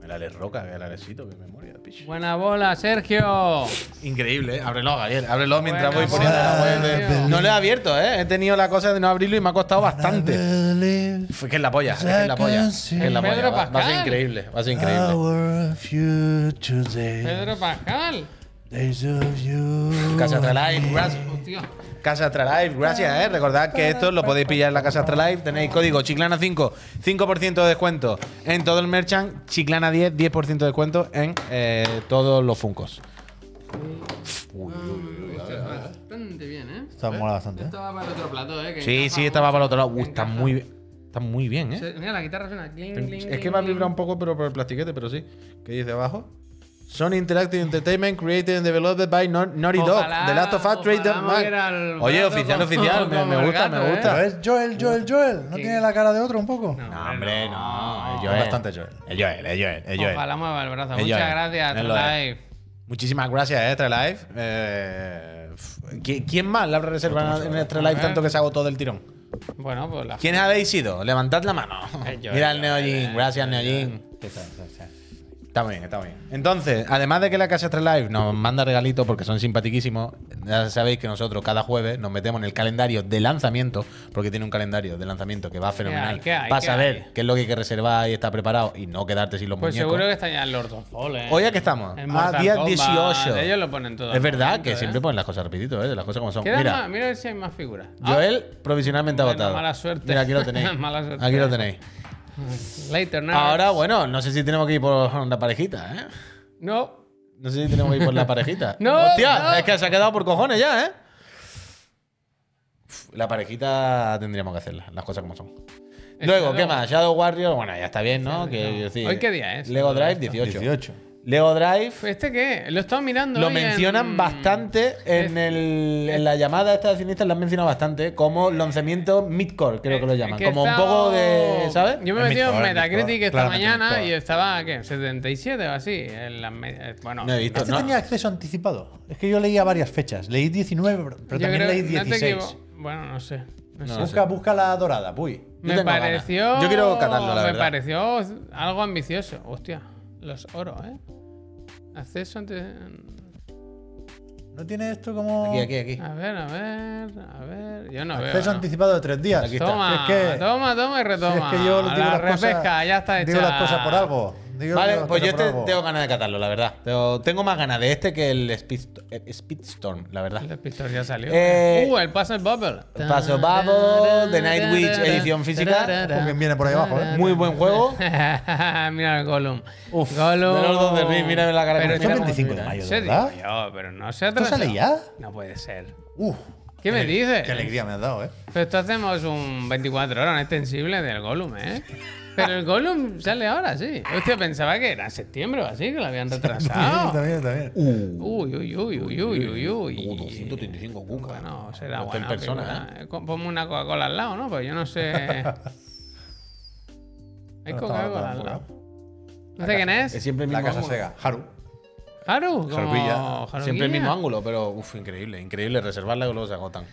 D: El Alex Roca, el Alexito, que memoria, picho.
A: Buena bola, Sergio.
D: Increíble, ¿eh? Ábrelo, Javier. Ábrelo mientras
A: Buena
D: voy poniendo la
A: bola,
D: web de-
A: tío.
D: No lo he abierto, ¿eh? He tenido la cosa de no abrirlo y me ha costado bastante.
C: Believe
D: Fue que es la polla, es que es la polla. Es que es la
A: Pedro
D: polla. Va, va a ser
A: Pascal.
D: increíble, va a ser
C: Ah.
D: increíble.
C: our future days.
A: Pedro Pascal.
C: Days of you.
D: Casa Astralife, gracias.
A: Hostia.
D: Casa Astralife, gracias, ¿eh? Recordad que esto lo podéis pillar en la Casa Astralife. Tenéis código Chiclana5, 5% de descuento en todo el merchant. Chiclana10, 10% de descuento en eh, todos los funcos.
A: Hostia, bastante bien, ¿eh?
C: Está mola bastante, ¿eh?
A: Esto va para el otro plato, ¿eh? que
D: Sí,
A: encaja
D: sí, esta va para el otro lado.
A: mucho,
D: Uy, está
A: encaja.
D: muy, bien- está muy bien, ¿eh?
A: Se- Mira, la guitarra suena. cling, cling,
D: Es que
A: cling,
D: va a vibrar
A: cling.
D: un poco, pero por el plastiquete, pero sí. ¿Qué dice abajo? Sony Interactive Entertainment, created and developed by Na- Naughty Dog,
A: Ojalá-
D: The Last of Us, Trade
A: ojalá moviera el
D: Oye,
A: brazo
D: oficial,
A: como-
D: oficial, me,
A: como
D: me
A: el
D: gusta,
A: gato,
D: me
A: ¿eh?
C: Pero
D: gusta.
C: es Joel, Joel, Joel. ¿No
A: Sí.
C: tiene la cara de otro un poco?
D: No, hombre, no. eh. Es Joel.
C: Es bastante Joel.
D: Es Joel, es Joel, es Joel.
A: Ah. Ojalá mueva el brazo.
D: Ello
A: Muchas
D: es.
A: gracias,
D: Ello eh. es.
A: Live.
D: Muchísimas gracias, eh, Extra Life. Eh, f- ¿qui- ¿Quién más la habrá reservado en Extra Life tanto que se agotó del tirón?
A: Bueno, pues la.
D: ¿Quiénes habéis sido? Levantad la mano.
A: Es Joel, eh,
D: Mira el
A: Joel,
D: Neojin, gracias Neojin. Está muy bien, está muy bien. Entonces, además de que la Casa Extra Live nos manda regalitos porque son simpatiquísimos, ya sabéis que nosotros cada jueves nos metemos en el calendario de lanzamiento, porque tiene un calendario de lanzamiento que va fenomenal.
A: hay? ¿Qué hay?
D: Para
A: ¿Qué
D: saber
A: hay?
D: qué es lo que hay que reservar y estar preparado y no quedarte sin los
A: Pues
D: muñecos.
A: seguro que está ya el Lord of Fall, ¿eh?
D: Hoy a qué estamos?
A: El
D: Ah,
A: Mortal
D: día
A: Kombat,
D: 18.
A: Ellos lo ponen todo.
D: es
A: al
D: verdad
A: momento,
D: que
A: ¿eh?
D: siempre ponen las cosas rapidito, ¿eh? las cosas como son.
A: Quedan
D: Mira,
A: más- mira a ver si hay más figuras. Ah,
D: Joel provisionalmente
A: Bueno,
D: agotado.
A: mala suerte.
D: Mira, aquí lo tenéis.
A: Mala suerte.
D: Aquí lo tenéis.
A: Later, nerds.
D: Ahora, bueno, no sé si tenemos que ir por la parejita, ¿eh?
A: No.
D: No sé si tenemos que ir por la parejita.
A: No,
D: Hostia,
A: no.
D: es que se ha quedado por cojones ya, ¿eh? Uf, La parejita tendríamos que hacerla, las cosas como son.
A: El
D: Luego,
A: Shadow-
D: ¿qué más? Shadow Warrior, bueno, ya está bien, ¿no? Que,
A: no.
D: decir,
A: ¿Hoy qué día es?
D: Lego
A: Todo
D: Drive
A: esto.
D: 18.
C: 18.
D: Lego Drive
A: ¿Este qué? Lo he estado mirando.
D: lo
A: hoy en-
D: mencionan bastante en, el, en la llamada esta de cineastas, lo han mencionado bastante, como lanzamiento midcore, creo que lo
A: Eh,
D: llaman.
A: que he
D: Como un
A: estado-
D: poco de. ¿Sabes?
A: Yo me he
C: Es
A: metido en
C: Midcore,
A: Metacritic
C: Midcore,
A: esta
C: claramente
A: mañana y
C: Midcore.
A: estaba, ¿qué? 77 o así. en las me- eh, bueno,
D: No he visto.
C: Este
D: no.
C: tenía acceso anticipado. Es que yo leía varias fechas. Leí 19, pero
A: yo
C: también
A: creo-
C: leí
A: no te
C: 16.
A: equivo- bueno, no sé. No sé.
C: busca, busca la dorada, puy.
D: Yo
A: Me
D: tengo ganas.
A: pareció.
D: Yo quiero catarlo, la
A: Me
D: verdad.
A: pareció algo ambicioso. Hostia. Los oros, ¿eh? Acceso antes.
C: ¿No tiene esto como
D: Aquí, aquí, aquí.
A: A ver, a ver, a ver. Yo no veo.
C: acceso
A: ¿no?
C: anticipado de tres días?
D: Aquí está.
A: Toma,
C: Si es que-
A: toma, toma y
C: si es
A: retoma.
C: que yo digo
A: la
C: las cosas-
A: repesca ya está hecha.
C: Digo las cosas por algo. Digo
D: Vale,
C: las
D: pues
C: cosas
D: yo
C: por
D: este
C: algo.
D: tengo ganas de catarlo, la verdad. Tengo, tengo más ganas de este que el Speed- eh, Speedstorm, la verdad.
A: El pistol ya salió.
D: Eh,
A: uh, el Puzzle Bubble.
D: el Puzzle Bubble, The Night Witch, edición física.
C: Ojo, que viene por ahí abaco, ¿eh?
D: Muy buen juego.
A: mira el Gollum.
D: Uf,
A: Gollum.
D: The Lord of the Rings, mírame la cara que
A: Pero mira
D: me
C: Esto es
A: cómo-
C: 25 de
D: mira.
C: mayo,
A: En
C: de
A: serio,
C: ¿verdad?
A: yo, pero no se ha atrasado.
C: sale ya?
A: No puede ser.
C: Uf,
A: ¿Qué me dices?
C: Qué alegría me has dado, ¿eh?
A: Pero esto hacemos un 24 horas, un extensible del Gollum, ¿eh? Pero el Gollum sale ahora, sí. Hostia, pensaba que era en septiembre o así, que lo habían retrasado.
C: También, también.
A: Uy, uy, uy, uy, uy, uy, uy.
D: 235 cuca.
A: Bueno, será
D: No está en
A: buena
D: persona,
A: figura. Co- Ponme una Coca-Cola al lado, ¿no? Pues yo no sé... Hay
C: No,
A: Coca-Cola
C: estaba
A: al lado.
C: tampoco,
A: No sé quién
D: Es
A: es.
D: siempre el
C: La
D: mismo
C: casa
D: ángulo.
C: Sega. Haru.
A: Haru. como-
C: Jarubilla.
D: Siempre el
A: Jaruguilla.
D: mismo ángulo, pero uff, increíble, increíble reservarla que luego se agotan.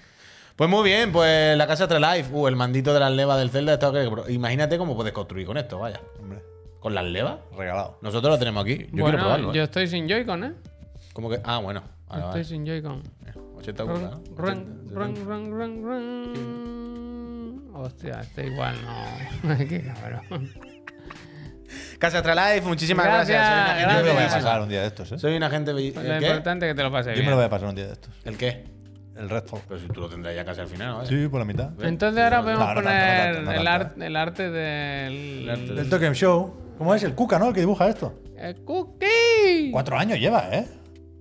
D: Pues muy bien, pues la casa Trelife, uh, el mandito de las levas del Zelda, esto que- pero imagínate cómo puedes construir con esto, vaya.
C: Hombre,
D: ¿Con las levas?
C: regalado.
D: Nosotros lo tenemos aquí. Yo quiero
A: bueno,
D: probarlo.
A: yo
D: ¿eh?
A: estoy sin Joy-Con, ¿eh?
D: ¿Cómo que? Ah, bueno. Vale,
A: estoy
D: vale.
A: sin Joy-Con.
D: 80
A: Run,
D: curas, ¿no?
A: run, run, run, run, run. Hostia, está igual, no. Qué cabrón.
D: Casa Trelife, muchísimas gracias.
A: Gracias,
D: Soy una
C: Yo me lo
D: gente
C: voy a
A: gracias.
D: bellísima.
C: pasar un día de estos, ¿eh?
D: Soy una gente belli-
A: Lo
D: ¿El qué?
A: importante es que te lo pases
C: Yo me lo
A: bien.
C: voy a pasar un día de estos.
D: ¿El qué?
C: El resto.
D: Pero si tú lo tendrás ya casi al final, ¿no? Vaya.
C: Sí, por la mitad.
A: Entonces ahora podemos
C: no tanto, no
A: poner
C: tanto, no
A: el,
C: tanto.
A: ar- el arte del...
C: Del Tokyo Game Show. ¿Cómo es? El Cuca, ¿no? El que dibuja esto.
A: ¡El cookie!
C: Cuatro años lleva, ¿eh?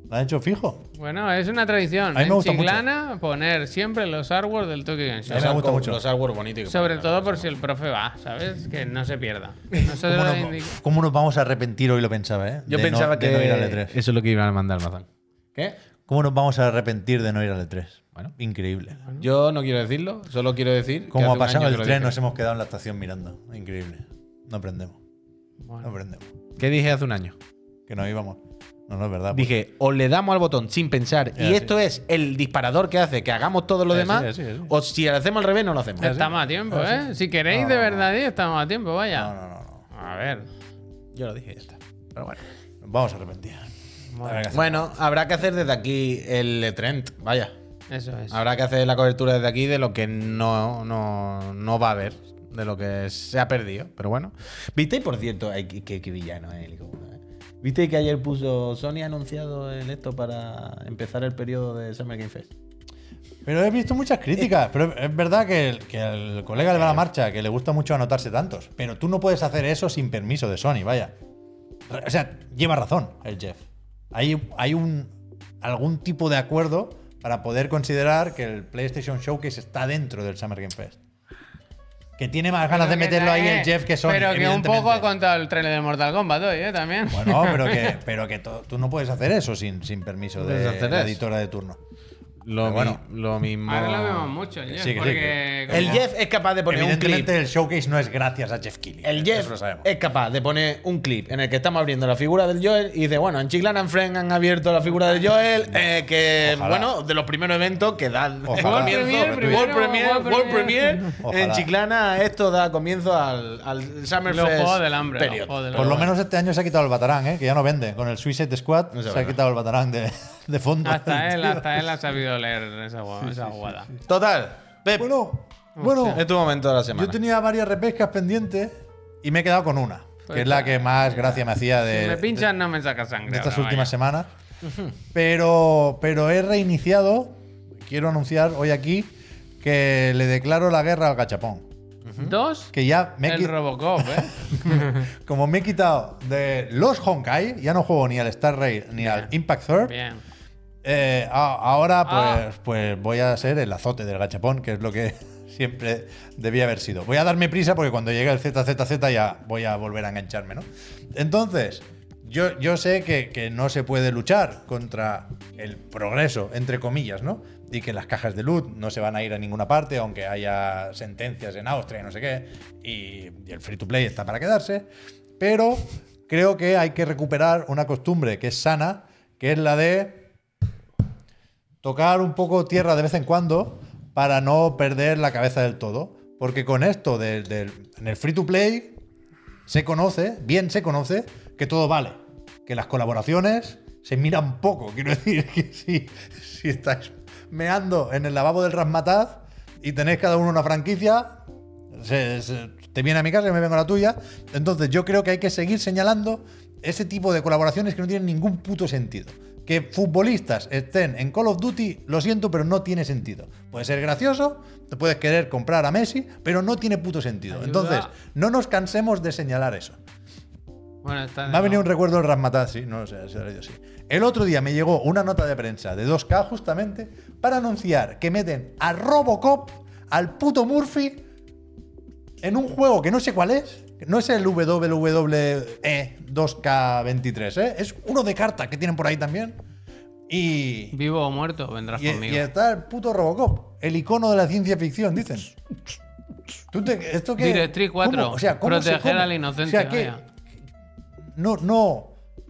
C: Lo han hecho fijo.
A: Bueno, es una tradición.
C: A mí me
A: en
C: gusta mucho.
A: Chiclana poner siempre los artworks del Tokyo Game Show.
C: A mí me gusta mucho.
D: Los artworks bonitos. que
A: Sobre
D: ponen,
A: todo
D: ¿no?
A: por si el profe va, ¿sabes? Que no se pierda.
C: ¿Cómo ¿Ah,
A: Nosotros
C: nos,
A: le indic-
C: cómo nos vamos a arrepentir hoy? Lo pensaba, ¿eh?
D: Yo
C: De no-
D: pensaba
C: de
D: que
C: no ir al E3.
D: eso es lo que iban a mandar, Mazán. ¿Qué?
C: ¿Cómo nos vamos a arrepentir de no ir al E3? Bueno, increíble.
D: Yo no quiero decirlo, solo quiero decir. que hace
C: Como ha
D: un
C: pasado
D: año que
C: el
D: lo
C: tren,
D: dije.
C: nos hemos quedado en la estación mirando. Increíble. No aprendemos. No
A: Bueno.
C: aprendemos.
D: ¿Qué dije hace un año?
C: Que no íbamos. No, no es verdad. pues.
D: Dije, o le damos al botón sin pensar,
C: Ya,
D: y
C: sí.
D: esto es el disparador que hace que hagamos todo lo
C: Ya, sí,
D: demás,
C: ya, sí, ya, sí.
D: o si lo hacemos al revés, no lo hacemos.
A: Estamos a tiempo, ¿eh? Si queréis,
C: Ah, No,
A: de
C: no,
A: verdad, sí, estamos a tiempo, vaya.
C: No, no, no, no.
A: A ver.
D: Yo lo dije, ya está. Pero bueno.
C: pues, Nos vamos a arrepentir. A ver, ¿qué hacemos?
D: Bueno, habrá que hacer desde aquí el Trent, vaya.
A: Eso es.
D: Habrá que hacer la cobertura desde aquí de lo que no, no, no va a haber, de lo que se ha perdido, pero bueno. ¿Visteis, por cierto, ay, qué, qué- qué villano es el hijo puta, eh? ¿Visteis que ayer puso Sony ha anunciado el esto para empezar el periodo de Summer Game Fest?
C: Pero he visto muchas
A: Eh,
C: críticas. Pero es verdad que el, que al colega le va la marcha, que le gusta mucho anotarse tantos. Pero tú no puedes hacer eso sin permiso de Sony, vaya. O sea, lleva razón el Jeff. Hay, hay un, algún tipo de acuerdo para poder considerar que el PlayStation Showcase está dentro del Summer Game Fest. Que tiene más ganas de
A: Pero que
C: meterlo ahí
A: también-
C: el Jeff que Sony.
A: Pero que un poco ha
C: evidentemente.
A: contado el trailer de Mortal Kombat hoy, ¿eh? También.
C: Bueno, pero que, pero que to- tú no puedes hacer eso sin, sin permiso
D: No puedes
C: de
D: hacer
C: la
D: eso.
C: editora de turno.
D: Lo,
C: Pero bueno.
D: mi- lo mismo.
A: Ahora lo vemos eh, mucho, el
C: Que
A: Jeff,
C: sí, que sí,
A: porque...
C: que-
A: como-
D: El Jeff es capaz de poner un clip.
C: Evidentemente el showcase no es gracias a Jeff Keighley.
D: El
C: Eh, Eso
D: Jeff Eh,
C: lo sabemos.
D: es capaz de poner un clip en el que estamos abriendo la figura del Joel y dice, bueno, en Chiclana and Friends han abierto la figura del Joel, eh, que
C: Ojalá.
D: bueno, de los primeros eventos que dan
C: Ojalá. World
A: Premiere, primero,
D: World Premiere,
A: World
D: World
A: Premiere.
D: Premiere.
C: Ojalá.
D: En Chiclana esto da comienzo al, al Summer
A: Los
D: Fest
A: Juegos del Hambre, los
D: period.
A: Juegos del
C: Por lo
A: Hambre.
C: menos este año se ha quitado el Batarán, ¿eh? que ya no vende. Con el Suicide Squad
D: No se
C: se,
D: vende.
C: ha quitado el Batarán de, de fondo.
A: Hasta él,
C: Tío.
A: hasta él ha sabido leer esa, jugada- esa jugada.
D: Total, Pep,
C: Bueno, bueno
D: es tu momento de la semana.
C: yo tenía varias repescas pendientes y me he quedado con una, que es la que más gracia me hacía de,
A: Pues Si me
C: de-
A: pinchan, no me saca sangre.
C: de estas
A: ahora,
C: últimas
A: vaya.
C: semanas. Pero, pero he reiniciado, quiero anunciar hoy aquí, que le declaro la guerra al gachapón.
A: Dos,
C: Que ya me he
A: el
C: qui-
A: Robocop, ¿eh?
C: Como me he quitado de los Honkai, ya no juego ni al Star Rail ni al Impact Third.
A: Bien.
C: eh, a- ahora
A: Ah.
C: pues, pues voy a ser el azote del gachapón, que es lo que siempre debía haber sido. Voy a darme prisa porque cuando llegue el ZZZ ya voy a volver a engancharme, ¿no? Entonces, Yo, yo sé que, que no se puede luchar contra el progreso, entre comillas, ¿no? Y que las cajas de luz no se van a ir a ninguna parte, aunque haya sentencias en Austria y no sé qué. Y, y el free to play está para quedarse. Pero creo que hay que recuperar una costumbre que es sana, que es la de tocar un poco tierra de vez en cuando para no perder la cabeza del todo. Porque con esto del, del- en el free to play se conoce, bien se conoce, que todo vale. Que las colaboraciones se miran poco. Quiero decir que si, si estáis meando en el lavabo del Rasmataz y tenéis cada uno una franquicia, se- se- te viene a mi casa y me vengo a la tuya. Entonces yo creo que hay que seguir señalando ese tipo de colaboraciones que no tienen ningún puto sentido. Que futbolistas estén en Call of Duty, lo siento, pero no tiene sentido. Puede ser gracioso, te puedes querer comprar a Messi, pero no tiene puto sentido.
A: Ayuda.
C: Entonces, no nos cansemos de señalar eso.
A: Bueno, está de
C: Me ha venido un
A: moda.
C: recuerdo del Rasmataz, sí, no lo sé, si lo he leído, sí. El otro día me llegó una nota de prensa de 2K justamente para anunciar que meten a Robocop, al puto Murphy, en un juego que no sé cuál es. que No es el E WWE 2K23, ¿eh? es uno de cartas que tienen por ahí también. Y,
A: Vivo o muerto, vendrás
C: y-
A: conmigo.
C: y está el puto Robocop, el icono de la ciencia ficción, dicen. ¿Tú te- ¿Esto qué?
A: Directriz 4.
C: ¿Cómo? O sea, ¿cómo se
A: proteger
C: come?
A: al inocente.
C: O sea, ¿qué-
A: vaya.
C: no, no,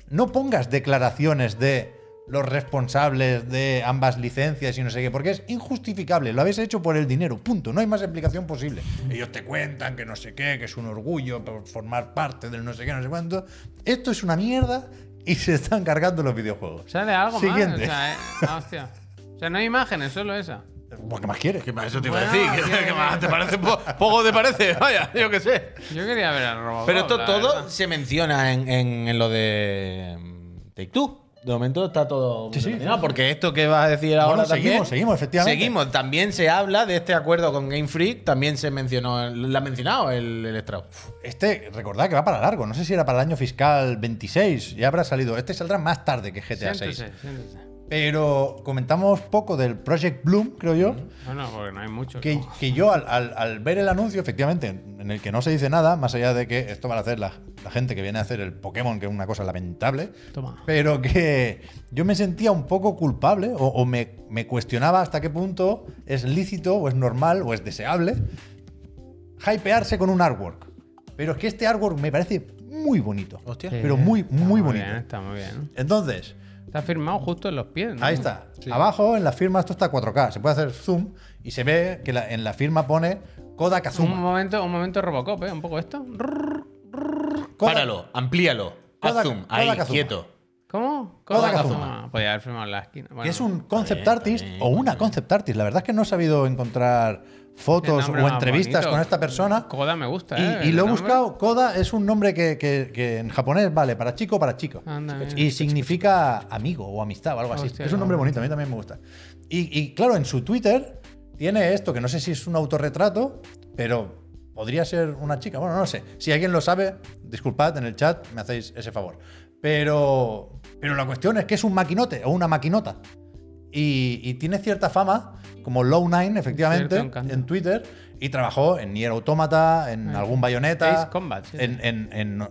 C: no pongas declaraciones de los responsables de ambas licencias y no sé qué, porque es injustificable. Lo habéis hecho por el dinero, punto. No hay más explicación posible. Ellos te cuentan que no sé qué, que es un orgullo por formar parte del no sé qué, no sé cuánto. Esto es una mierda y se están cargando los videojuegos.
A: ¿Sale algo más?
C: Siguiente.
A: O sea, eh, ah, hostia. O sea, no hay imágenes, solo esa.
C: Buah, ¿Qué más quieres?
B: Que para eso te iba
A: Bueno,
B: a decir. que-
A: que-
B: que más te parece po- poco te parece. Vaya, yo qué sé.
A: Yo quería ver al robot.
B: Pero esto todo-
D: se menciona en, en- en lo de Take Two. De momento está todo
C: Sí, sí.
D: mencionado, porque esto que vas a decir ahora
C: Bueno,
D: también-
C: seguimos, seguimos, efectivamente.
D: Seguimos, también se habla de este acuerdo con Game Freak, también se mencionó, la ha mencionado el, el Strauss.
C: Este, recordad que va para largo. No sé si era para el año fiscal 26. Ya habrá salido. Este saldrá más tarde que GTA 6. Pero comentamos poco del Project Bloom, creo yo.
A: Bueno, porque no hay mucho.
C: que,
A: ¿no?
C: que yo al, al- al ver el anuncio, efectivamente, en el que no se dice nada, más allá de que esto van a hacer la, la gente que viene a hacer el Pokémon, que es una cosa lamentable,
A: Toma.
C: pero que yo me sentía un poco culpable o, o me, me cuestionaba hasta qué punto es lícito o es normal o es deseable hypearse con un artwork. Pero es que este artwork me parece muy bonito.
D: Hostia.
C: Pero muy,
A: Está
C: muy bonito.
A: bien, ¿eh? está muy bien.
C: Entonces,
A: Está firmado justo en los pies. ¿no?
C: Ahí está. Abajo en la firma esto está 4K. Se puede hacer zoom y se ve que la- en la firma pone Kodak
A: Un
C: Azuma.
A: momento, un momento Robocop, ¿eh? Un poco esto.
C: Kodak-
B: Páralo, amplíalo. Haz
C: Kodak-
B: zoom,
C: Kodak
B: ahí,
C: Azuma.
B: quieto.
A: ¿Cómo?
C: Kodak
A: Kodak
C: Azuma.
A: Azuma. Podía haber firmado en la esquina. Bueno,
C: que es un concept
B: bien,
C: artist
B: está bien,
C: o una concept artist. La verdad es que no he sabido encontrar fotos
A: Qué nombre
C: o
A: más
C: entrevistas
A: bonito.
C: con esta persona.
A: Koda me gusta,
C: Y,
A: ¿eh?
C: y lo he
A: El nombre.
C: buscado. Koda es un nombre que, que- que en japonés vale para chico para chico.
A: Anda, mira.
C: y significa amigo o amistad o algo así.
A: Hostia,
C: es un nombre bonito, a mí también me gusta. Y, y, claro, en su Twitter tiene esto, que no sé si es un autorretrato, pero podría ser una chica. Bueno, no lo sé. Si alguien lo sabe, disculpad en el chat, me hacéis ese favor. Pero, pero la cuestión es que es un maquinote o una maquinota y, y tiene cierta fama como Low9, efectivamente,
A: Cierto encanto.
C: en Twitter. Y trabajó en Nier Automata, en
A: Ahí.
C: algún Bayonetta,
A: Ace Combat, sí,
C: en,
A: sí.
C: en- en,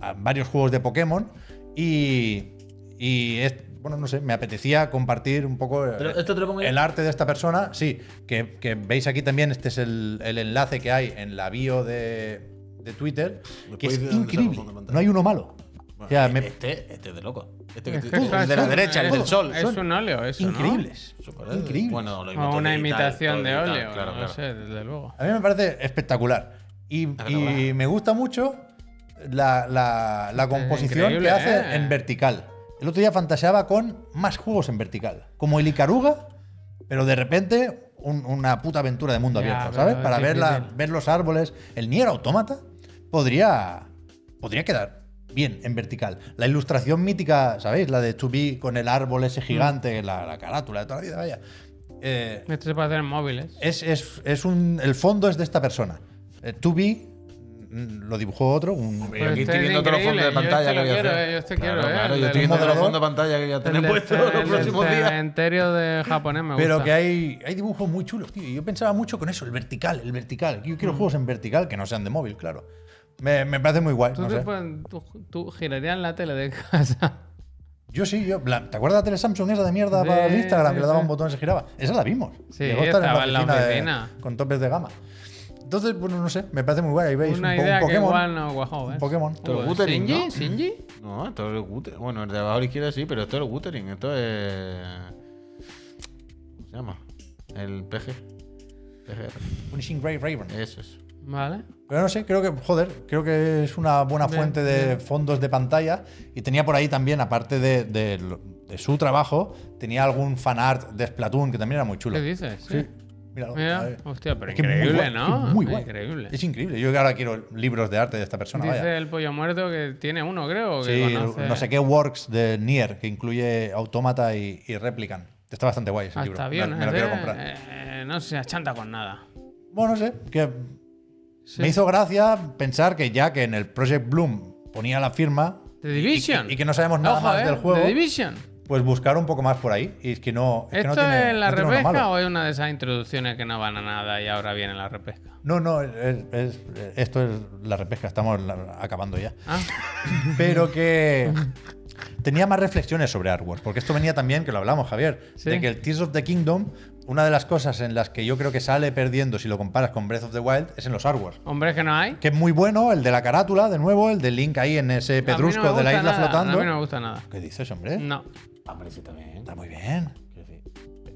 C: a varios juegos de Pokémon. Y, y es, bueno, no sé, me apetecía compartir un poco eh,
D: Pero esto te lo pongo yo.
C: el arte de esta persona. Sí, que, que veis aquí también, este es el, el enlace que hay en la bio de, de Twitter, que
E: Después
C: es
E: de- de-
C: increíble.
E: de- de- de- de-
C: No hay uno malo. O sea,
D: eh,
C: me-
B: Este, este es de loco. Este
A: Es
B: que
A: que
B: tú-
A: son-
B: el de la
A: son-
B: derecha, el del
A: es-
B: sol.
A: Es un óleo, eso. ¿no?
C: increíbles. Increíbles.
B: Bueno, lo
A: O
B: imitó
A: una
B: digital,
A: imitación
B: todo
A: de
B: digital,
A: óleo.
B: Claro,
A: no
B: claro.
A: sé, desde luego.
C: A mí me parece espectacular. Y, y me gusta mucho la, la- la composición
A: increíble,
C: que hace
A: ¿eh?
C: en vertical. El otro día fantaseaba con más juegos en vertical. Como el Icaruga, pero de repente un- una puta aventura de mundo
A: Ya,
C: abierto,
A: pero
C: ¿sabes?
A: es
C: Para ver, la-
A: difícil.
C: ver los árboles. El Nier Automata podría, podría quedar bien en vertical. La ilustración mítica, ¿sabéis? La de 2B con el árbol ese
A: Mm.
C: gigante, la, la carátula de toda la vida, vaya. Eh,
A: Esto se puede hacer en móviles.
C: es, es- es un. El fondo es de esta persona. Eh, 2B mm, lo dibujó otro, un,
B: Pero
A: este
B: aquí estoy
A: es
B: viendo todos los fondos de
A: increíble, yo
B: pantalla
A: este
B: que voy
A: lo
B: a hacer.
A: quiero, eh, yo este
B: Claro,
A: quiero, eh,
B: Claro,
A: el del
B: yo estoy viendo los
C: moderador.
B: fondos de pantalla que voy a tener
A: El
B: puestos
A: del- este,
B: los
A: el
B: próximos
A: del
B: días.
A: cementerio de japonés me gusta.
C: Pero que hay, hay dibujos muy
A: Mm.
C: chulos, tío. Y Yo pensaba mucho con eso, el vertical, el vertical. Yo quiero juegos en vertical que no sean de móvil, claro. Me, me parece muy guay.
A: Tú,
C: no
A: te
C: sé.
A: pon- tú- tú girarías la tele de casa.
C: Yo sí, yo. la- ¿Te acuerdas de la tele Samsung esa de mierda
A: Sí,
C: para el Instagram
A: sí,
C: que le daba
A: sí.
C: un botón y se giraba? Esa la vimos.
A: Sí,
C: Llegó a estar
A: estaba en la
C: de-
A: oficina.
C: con topes de gama. Entonces, bueno, no sé, me parece muy guay. Ahí veis
A: Una
C: un, po- un
A: idea que
C: Pokémon.
A: igual no guajó, ¿ves?
C: Pokémon.
A: Uh,
F: Pero Wuthering,
A: ¿Shinji?
F: ¿no?
A: ¿Shinji?
D: No, esto es el Guter. Bueno, el de abajo a la izquierda sí, pero esto es el Guttering. Esto es. ¿Cómo se llama? El PG. PGR.
C: Un Shin Grey Raven.
D: Eso es.
A: Vale.
C: Pero no sé, creo que, joder, creo que es una buena
A: Bien,
C: fuente de fondos de pantalla. Y tenía por ahí también, aparte de, de lo- de su trabajo, tenía algún fanart de Splatoon que también era muy chulo.
A: ¿Qué dices?
C: Sí.
A: Sí.
C: Míralo. a
A: Mira,
C: ver.
A: hostia, pero
C: Es que es muy
A: increíble,
C: guay,
A: ¿no?
C: es muy guay.
A: Increíble.
C: Es increíble. Yo ahora quiero libros de arte de esta persona.
A: Dice
C: vaya.
A: el pollo muerto que tiene uno, creo. Que
C: Sí,
A: conoce
C: no sé qué works de Nier, que incluye Automata y, y Replicant. Está bastante guay ese libro.
A: Hasta
C: Me-
A: aviones.
C: me lo quiero
A: ¿eh?
C: comprar.
A: Eh, no se achanta con nada.
C: Bueno, no sé. Que
A: Sí.
C: Me hizo gracia pensar que ya que en el Project Bloom ponía la firma.
A: The
C: y- y-
A: Division.
C: Y, que no sabemos nada
A: Ojo,
C: más
A: ¿eh?
C: del juego.
A: The Division.
C: Pues buscar un poco más por ahí. Y es que no. Es que
A: ¿Esto
C: no tiene,
A: es la
C: no tiene nada
A: repesca
C: malo.
A: o es una de esas introducciones que no van a nada y ahora viene la repesca?
C: No, no, es- es- esto es la repesca, estamos la- acabando ya.
A: Ah,
C: Pero que tenía más reflexiones sobre artwork, porque esto venía también, que lo hablamos, Javier,
A: Sí.
C: de que el Tears of the Kingdom, una de las cosas en las que yo creo que sale perdiendo si lo comparas con Breath of the Wild, es en los artworks.
A: hombre, que no hay.
C: Que es muy bueno, el de la carátula, de nuevo, el de Link ahí en ese
A: A mí no me
C: pedrusco de la
A: gusta
C: isla
A: nada,
C: flotando. Eh.
A: A mí no me gusta nada.
C: ¿Qué dices, hombre?
A: No.
C: Ah,
D: Aparece también.
C: Está muy bien.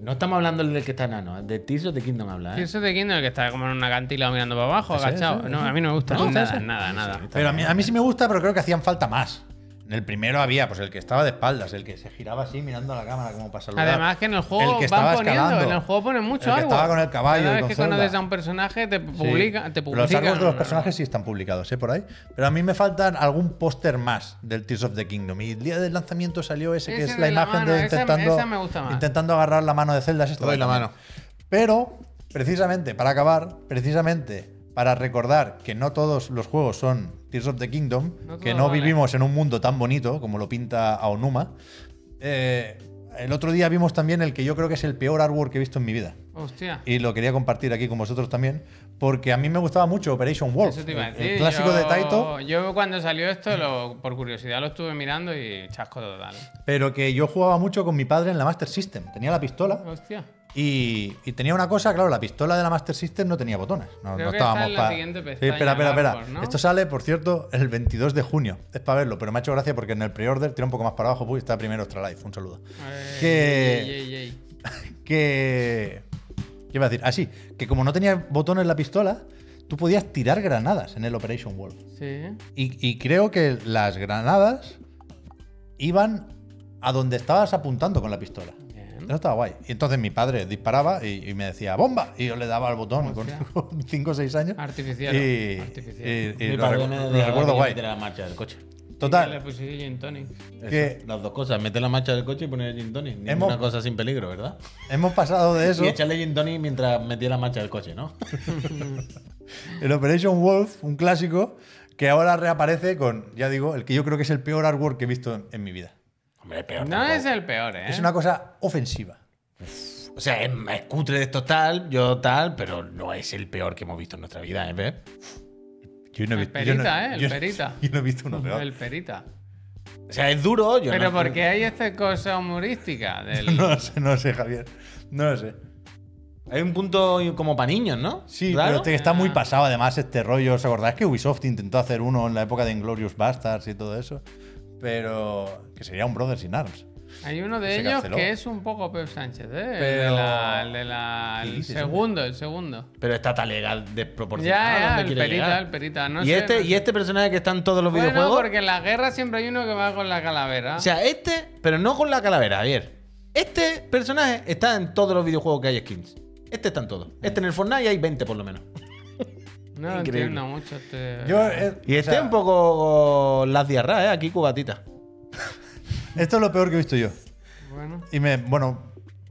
D: No estamos hablando del que está enano, ¿eh? de Tears of the Kingdom habla, ¿eh?
A: Pienso de Kindle que está como en una cantilada mirando para abajo,
C: Ese,
A: agachado.
C: ese,
A: no,
C: ese.
A: a mí no me gusta
C: ¿No?
A: nada,
C: Ese.
A: nada, nada.
C: Pero a mí, a mí sí me gusta, pero creo que hacían falta más. En el primero había, pues el que estaba de espaldas, el que se giraba así mirando a la cámara como para saludar.
A: Además que en el juego
C: El que
A: van
C: estaba
A: poniendo,
C: escalando.
A: en el juego ponen mucho
C: El que
A: algo.
C: estaba con el caballo
A: Cada
C: y
A: vez
C: con
A: que
C: Zelda.
A: conoces a un personaje te
C: Sí.
A: publica, te
C: Los
A: publican
C: artworks de los
A: una-
C: personajes sí están publicados, ¿eh? Por ahí. Pero a mí me faltan algún póster más del Tears of the Kingdom. Y el día del lanzamiento salió ese, que
A: Ese
C: es
A: de
C: la
A: la
C: imagen
A: mano,
C: de
A: esa-
C: intentando,
A: esa me gusta más.
C: intentando agarrar la mano de Zelda. Te
D: doy la mano.
C: Pero, precisamente, para acabar, precisamente para recordar que no todos los juegos son Tears of the Kingdom,
A: No
C: que
A: todo
C: no
A: vale.
C: vivimos en un mundo tan bonito como lo pinta Aonuma, eh, el otro día vimos también el que yo creo que es el peor artwork que he visto en mi vida
A: Hostia.
C: y lo quería compartir aquí con vosotros también, porque a mí me gustaba mucho Operation Wolf,
A: Eso te iba a
C: el-
A: decir.
C: el clásico
A: yo,
C: de Taito,
A: Yo cuando salió esto, lo- por curiosidad lo estuve mirando y chasco total.
C: pero que yo jugaba mucho con mi padre en la Master System. Tenía la pistola
A: Hostia.
C: y, y tenía una cosa, claro, la pistola de la Master System no tenía botones. No,
A: Creo
C: no
A: que
C: estábamos
A: está en la
C: pa-
A: siguiente
C: Sí,
A: pestaña,
C: espera, espera, espera.
A: Artwork, ¿no?
C: Esto sale, por cierto, el 22 de junio. Es para verlo, pero me ha hecho gracia porque en el pre-order tira un poco más para abajo, pues está primero Astralife, un saludo.
A: Eh,
C: Que-
A: ey, ey, ey.
C: que. ¿Qué iba a decir? Así, que como no tenía botones la pistola, tú podías tirar granadas en el Operation Wolf.
A: Sí.
C: Y, y creo que las granadas iban a donde estabas apuntando con la pistola.
A: Bien.
C: Eso estaba guay. Y entonces mi padre disparaba y, y me decía ¡bomba! Y yo le daba al botón con
A: Hostia.
C: 5 o 6 años.
A: Artificial.
C: Y,
A: Artificial.
C: y- y
D: Mi
C: lo,
D: padre
C: recu-
D: me
C: lo
D: daba
C: recuerdo
D: que
C: guay.
D: metiera la marcha del coche.
A: Le
C: Total,
A: puse gin tonic.
C: que
D: Las dos cosas, mete la marcha del coche y poner el gin tonic. Ninguna
C: Hemos-
D: cosa sin peligro, ¿verdad?
C: hemos pasado de eso.
D: Y echarle gin tonic mientras metía la marcha del coche, ¿no?
C: El Operation Wolf, un clásico, que ahora reaparece con, ya digo, el que yo creo que es el peor artwork que he visto en, en mi vida.
D: Hombre, peor.
A: No es el peor, ¿eh?
C: Es una cosa ofensiva.
D: O sea, es, es cutre de esto tal, yo tal, pero no es el peor que hemos visto en nuestra vida, ¿eh? Pep?
C: Yo no he
A: El
C: visto- yo no-
A: perita, ¿eh? El
C: yo-
A: perita.
C: Yo no he visto uno peor.
A: El perita.
D: O sea, es duro, yo
A: Pero
D: no-
A: porque hay esta cosa humorística del...
C: No lo sé, no lo sé, Javier. No lo sé.
D: Hay un punto como para niños, ¿no?
C: Sí,
D: Raro.
C: pero te- está
A: Ah.
C: muy pasado además este rollo. ¿Os acordáis que Ubisoft intentó hacer uno en la época de Inglorious Bastards y todo eso? Pero que sería un Brothers in Arms.
A: Hay uno
C: Se
A: de ellos
C: canceló.
A: que es un poco Pep Sánchez, ¿eh? El de
C: Pero-
A: la... El, de la-
C: ¿Qué
A: el
C: dices,
A: segundo, el segundo.
D: Pero está tan legal
A: Ya,
D: desproporcionado.
A: ya,
D: ¿dónde
A: el
D: quiere
A: perita,
D: llegar?
A: el perita. No
D: y,
A: sé,
D: este,
A: no
D: y
A: sé.
D: este personaje que está en todos los
A: Bueno,
D: videojuegos.
A: porque en la guerra siempre hay uno que va con la calavera.
D: O sea, este, pero no con la calavera, Javier. Este personaje está en todos los videojuegos que hay skins. Este está en todos. Este en el Fortnite hay 20 por lo menos.
A: no lo
D: increíble.
A: entiendo mucho. Este...
C: Yo, eh,
D: Y
C: o
D: este
C: sea,
D: un poco las diarras, ¿eh? Aquí cubatita.
C: Esto es lo peor que he visto yo.
A: Bueno,
C: Y me, bueno,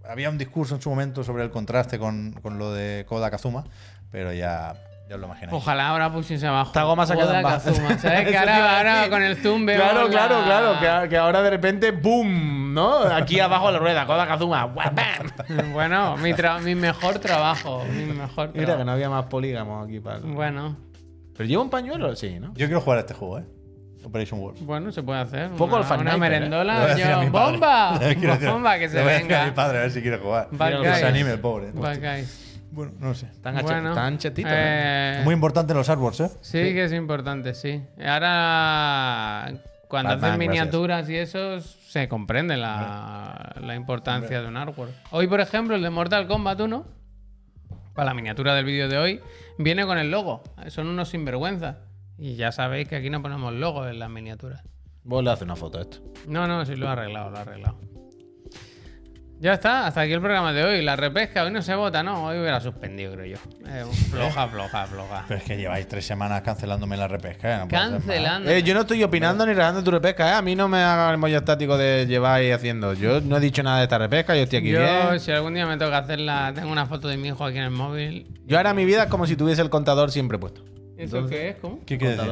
C: había un discurso en su momento sobre el contraste con, con lo de Koda Kazuma, pero ya, ya os lo imagináis.
A: ojalá ahora pusiese abajo.
D: Está goma se ha quedado en baja.
A: Kazuma, ¿sabes? Que
D: Eso te iba
A: ahora,
D: a
A: ahora
D: decir.
A: con el zoom veo
D: Claro,
A: la-
D: claro, claro. Que, a- que ahora de repente, ¡boom! ¿No? Aquí abajo la rueda, Koda Kazuma. ¡guau, bam!
A: Bueno, mi, tra- mi mejor trabajo. Mi mejor
D: Mira que
A: trabajo.
D: no había más polígamos aquí para.
A: Bueno.
B: ¿Pero lleva un pañuelo? Sí, ¿no?
C: Yo quiero jugar a este juego, ¿eh? Operation Wolf.
A: Bueno, se puede hacer.
B: Poco
A: una,
B: el Far
A: una
B: Cry, pero, eh.
C: Le voy a
A: merendola.
C: decir a
A: yo-
C: mi padre.
A: ¡Bomba!
C: Le quiero decir-
A: ¡Bomba! Que se
C: le voy a decir a mi
A: venga.
C: padre a ver si quiere jugar.
A: Bad
C: Que
A: guys.
C: se anime el pobre.
A: Bad guys.
C: Bueno, no sé.
B: Tan, gache-
A: Bueno,
B: tan chetito. ¿eh?
A: eh,
C: Muy importante los artworks, ¿eh?
A: Sí, que es importante, sí. Ahora, cuando
B: Batman,
A: hacen
B: gracias.
A: miniaturas y eso, se comprende la, la importancia de un artwork. Hoy, por ejemplo, el de Mortal Kombat 1, para la miniatura del vídeo de hoy, viene con el logo. Son unos sinvergüenzas. Y ya sabéis que aquí no ponemos logo en las miniaturas.
B: Vos le haces una foto a esto.
A: No, no, sí, lo he arreglado, lo he arreglado. Ya está, hasta aquí el programa de hoy. La repesca, hoy no se vota, ¿no? Hoy hubiera suspendido, creo yo. Eh, floja, floja, floja.
C: Pero es que lleváis tres semanas cancelándome la repesca. ¿eh? No puede ser más.
A: Cancelando.
B: Eh, yo no estoy opinando ni regando tu repesca, ¿eh? A mí no me haga el mollo estático de lleváis haciendo. Yo no he dicho nada de esta repesca, yo estoy aquí
A: Yo,
B: bien.
A: si algún día me toca hacerla, tengo una foto de mi hijo aquí en el móvil.
B: Yo ahora mi vida es como si tuviese el contador siempre puesto.
A: ¿Eso qué es? ¿Cómo?
C: ¿Qué quiere decir?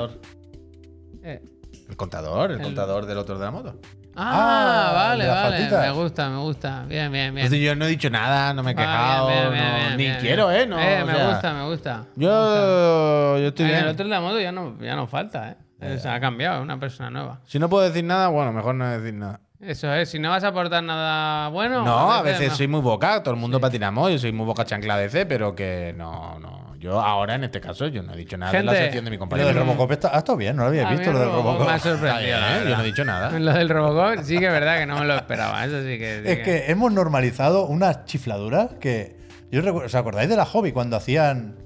A: Eh,
B: ¿El contador? ¿El,
A: El-
B: contador del otro de la moto?
A: Ah,
C: Ah,
A: vale,
C: de las
A: vale.
C: patitas.
A: Me gusta, me gusta. Bien, bien, bien.
B: Entonces yo no he dicho nada, no me he
A: Va, Ah, bien,
B: quejado,
A: bien, bien,
B: no-
A: bien,
B: ni
A: bien,
B: quiero,
A: bien.
B: ¿eh? No, o
A: me
B: sea,
A: gusta, me gusta.
B: Yo, yo estoy
A: En
B: bien.
A: el otro de la moto ya no, ya no falta, ¿eh? O sea, ha cambiado, es una persona nueva.
B: Si no puedo decir nada, bueno, mejor no decir nada.
A: Eso es, si no vas a aportar nada bueno.
B: No, a veces
A: no.
B: soy muy boca, todo el mundo patinamos, yo soy muy boca chancla a veces, pero que no, no. Yo ahora, en este caso, yo no he dicho nada de la
A: Gente.
B: sección de mi
C: Lo del
B: compañero.
C: Robocop está, ha estado bien, no lo había
A: A mí
C: visto lo
A: el
C: del
A: Robocop
C: Robocop.
A: me ha sorprendido. la
B: ¿Eh? Yo no he
A: verdad.
B: dicho nada.
A: Lo del Robocop sí que es verdad que no me lo esperaba. Eso sí que. sí
C: Es que hemos normalizado unas chifladuras que. Yo recuerdo, ¿Os acordáis de la hobby cuando hacían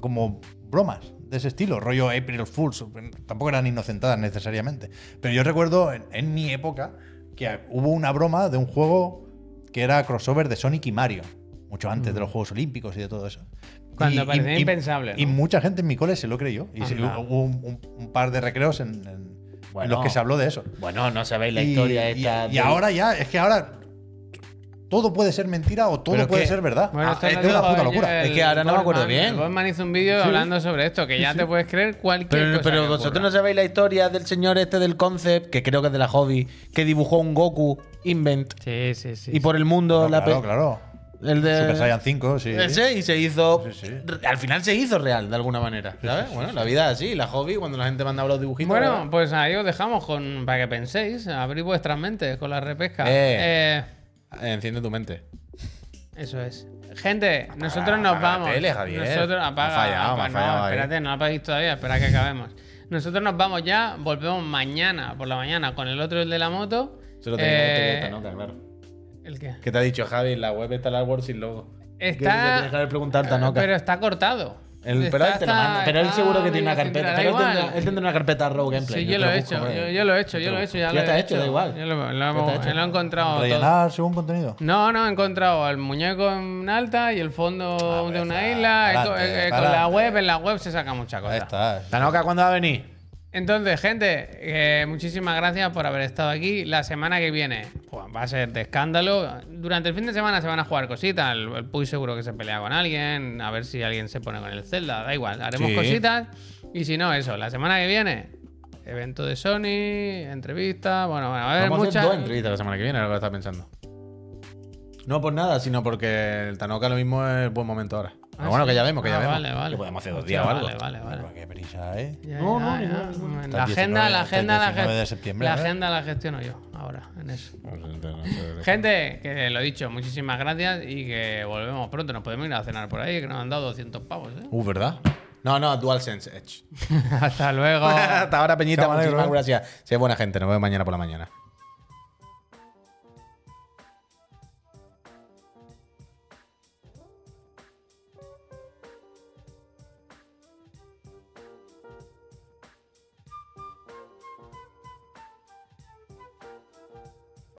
C: como bromas de ese estilo? Rollo April Fools. Tampoco eran inocentadas necesariamente. Pero yo recuerdo en, en mi época que hubo una broma de un juego que era crossover de Sonic y Mario. Mucho antes de los Juegos Olímpicos y de todo eso.
A: Mm. Cuando
C: Y-
A: parecía
C: y- y-
A: impensable, ¿no?
C: Y mucha gente en mi cole se lo creyó. Y se-
A: Anda.
C: hubo un, un- un par de recreos en- en- en
B: Bueno.
C: los que se habló de eso
D: Bueno, no sabéis la
C: y-
D: historia
C: y,
D: esta.
C: y
D: del-
C: ahora ya, es que ahora todo puede ser mentira o todo
B: Pero
C: puede
B: que-
C: ser verdad.
A: Bueno,
C: Ah,
A: esto
C: es
A: lo
C: es una
A: dijo
C: puta
A: ayer
C: locura.
A: el
D: Es que ahora no me acuerdo
A: Goldman.
D: bien.
A: El Goldman hizo un vídeo hablando sobre esto, que ya te puedes creer cualquier
D: Pero,
A: cosa.
D: pero
A: que
D: vosotros
A: ocurra.
D: no sabéis la historia del señor este del concept, que creo que es de la hobby, que dibujó un Goku invent
A: Sí, sí, sí.
D: y por el mundo
C: No,
D: la pe- Eh,
C: claro, claro.
D: el de
C: Super Saiyan 5, sí.
D: ese y se hizo
C: Sí, sí.
D: r- al final se hizo real de alguna manera, ¿sabes? Bueno, la vida es así, la hobby cuando la gente mandaba los dibujitos.
A: Bueno,
D: ¿verdad?
A: pues ahí os dejamos con, para que penséis, abrir vuestras mentes con la repesca.
B: Eh.
A: Eh,
B: Enciende tu mente.
A: eso es. Gente, nosotros nos
B: apaga la
A: vamos.
B: tele, Javier.
A: Nosotros
B: Me ha
A: apaga,
B: fallado, me ha
A: apaga-
B: fallado
A: no,
B: ahí.
A: espérate, no la apaguéis todavía, espera que acabemos. Nosotros nos vamos ya, volvemos mañana por la mañana con el otro el de la moto.
B: Se lo tenía
A: Eh,
B: que esta nota, claro.
A: ¿El qué?
B: ¿Qué te ha dicho Javi? La web está la Word sin logo.
A: Está-
B: Que te tienes que haber
C: eh,
B: preguntado, Tanoka.
A: Pero está cortado.
D: El- pero
B: este
D: él te lo manda, pero él seguro que tiene una carpeta. Pero él tendrá, él tendrá una carpeta Raw Gameplay.
A: Sí, yo
D: te
A: lo he
D: busco,
A: hecho,
D: hombre.
A: yo, yo lo he hecho, yo lo he hecho. Ya,
D: Ya
A: lo
D: está
A: he
D: hecho,
A: hecho,
D: da igual.
A: Yo lo, lo
D: está hecho.
A: he, lo he encontrado todo.
C: Rellenar según contenido.
A: No, no, he encontrado el muñeco en alta y el fondo
B: Ah, pues,
A: de una
C: está.
A: isla. he co-
C: Adelante,
A: he- he- con la
C: adelante.
A: web, en la web se saca mucha cosa.
C: Ahí está.
B: Tanoka, ¿cuándo va a venir?
A: Entonces, gente, eh, muchísimas gracias por haber estado aquí. La semana que viene pues, va a ser de escándalo. Durante el fin de semana se van a jugar cositas. El, el Puy seguro que se pelea con alguien. A ver si alguien se pone con el Zelda. Da igual, haremos
B: Sí.
A: cositas. Y si no, eso, la semana que viene, evento de Sony, entrevista. Bueno, bueno, va a haber
B: Vamos a hacer
A: muchas.
B: dos entrevistas la semana que viene, ahora lo estás pensando. No por nada, sino porque el Tanoka lo mismo es buen momento ahora. Pero
A: Ah,
B: bueno,
A: sí.
B: que ya vemos, que ya
A: Ah,
B: vemos.
A: Vale, vale.
B: Que podemos hacer dos
A: Hostia,
B: días o algo.
A: Vale, vale, vale.
C: Pero qué prisa, ¿eh?
A: Ya,
D: No,
A: ya,
D: no,
A: ya.
D: no, no.
A: Bueno,
C: Hasta
A: La
C: el
A: agenda
C: 19,
A: la
C: hasta el
A: agenda la
C: 19 de
A: agenda-
C: septiembre,
A: La
C: ¿eh?
A: agenda la gestiono yo ahora en eso.
B: Pues
A: Gente, que lo dicho, muchísimas gracias y que volvemos pronto. Nos podemos ir a cenar por ahí, que nos han dado 200 pavos. ¿eh?
B: Uh, ¿verdad? No, no, DualSense Edge.
A: Hasta luego.
B: Hasta ahora, Peñita,
C: Chao, me alegro,
B: muchísimas
C: ¿eh?
B: gracias. Sé buena gente, nos vemos mañana por la mañana.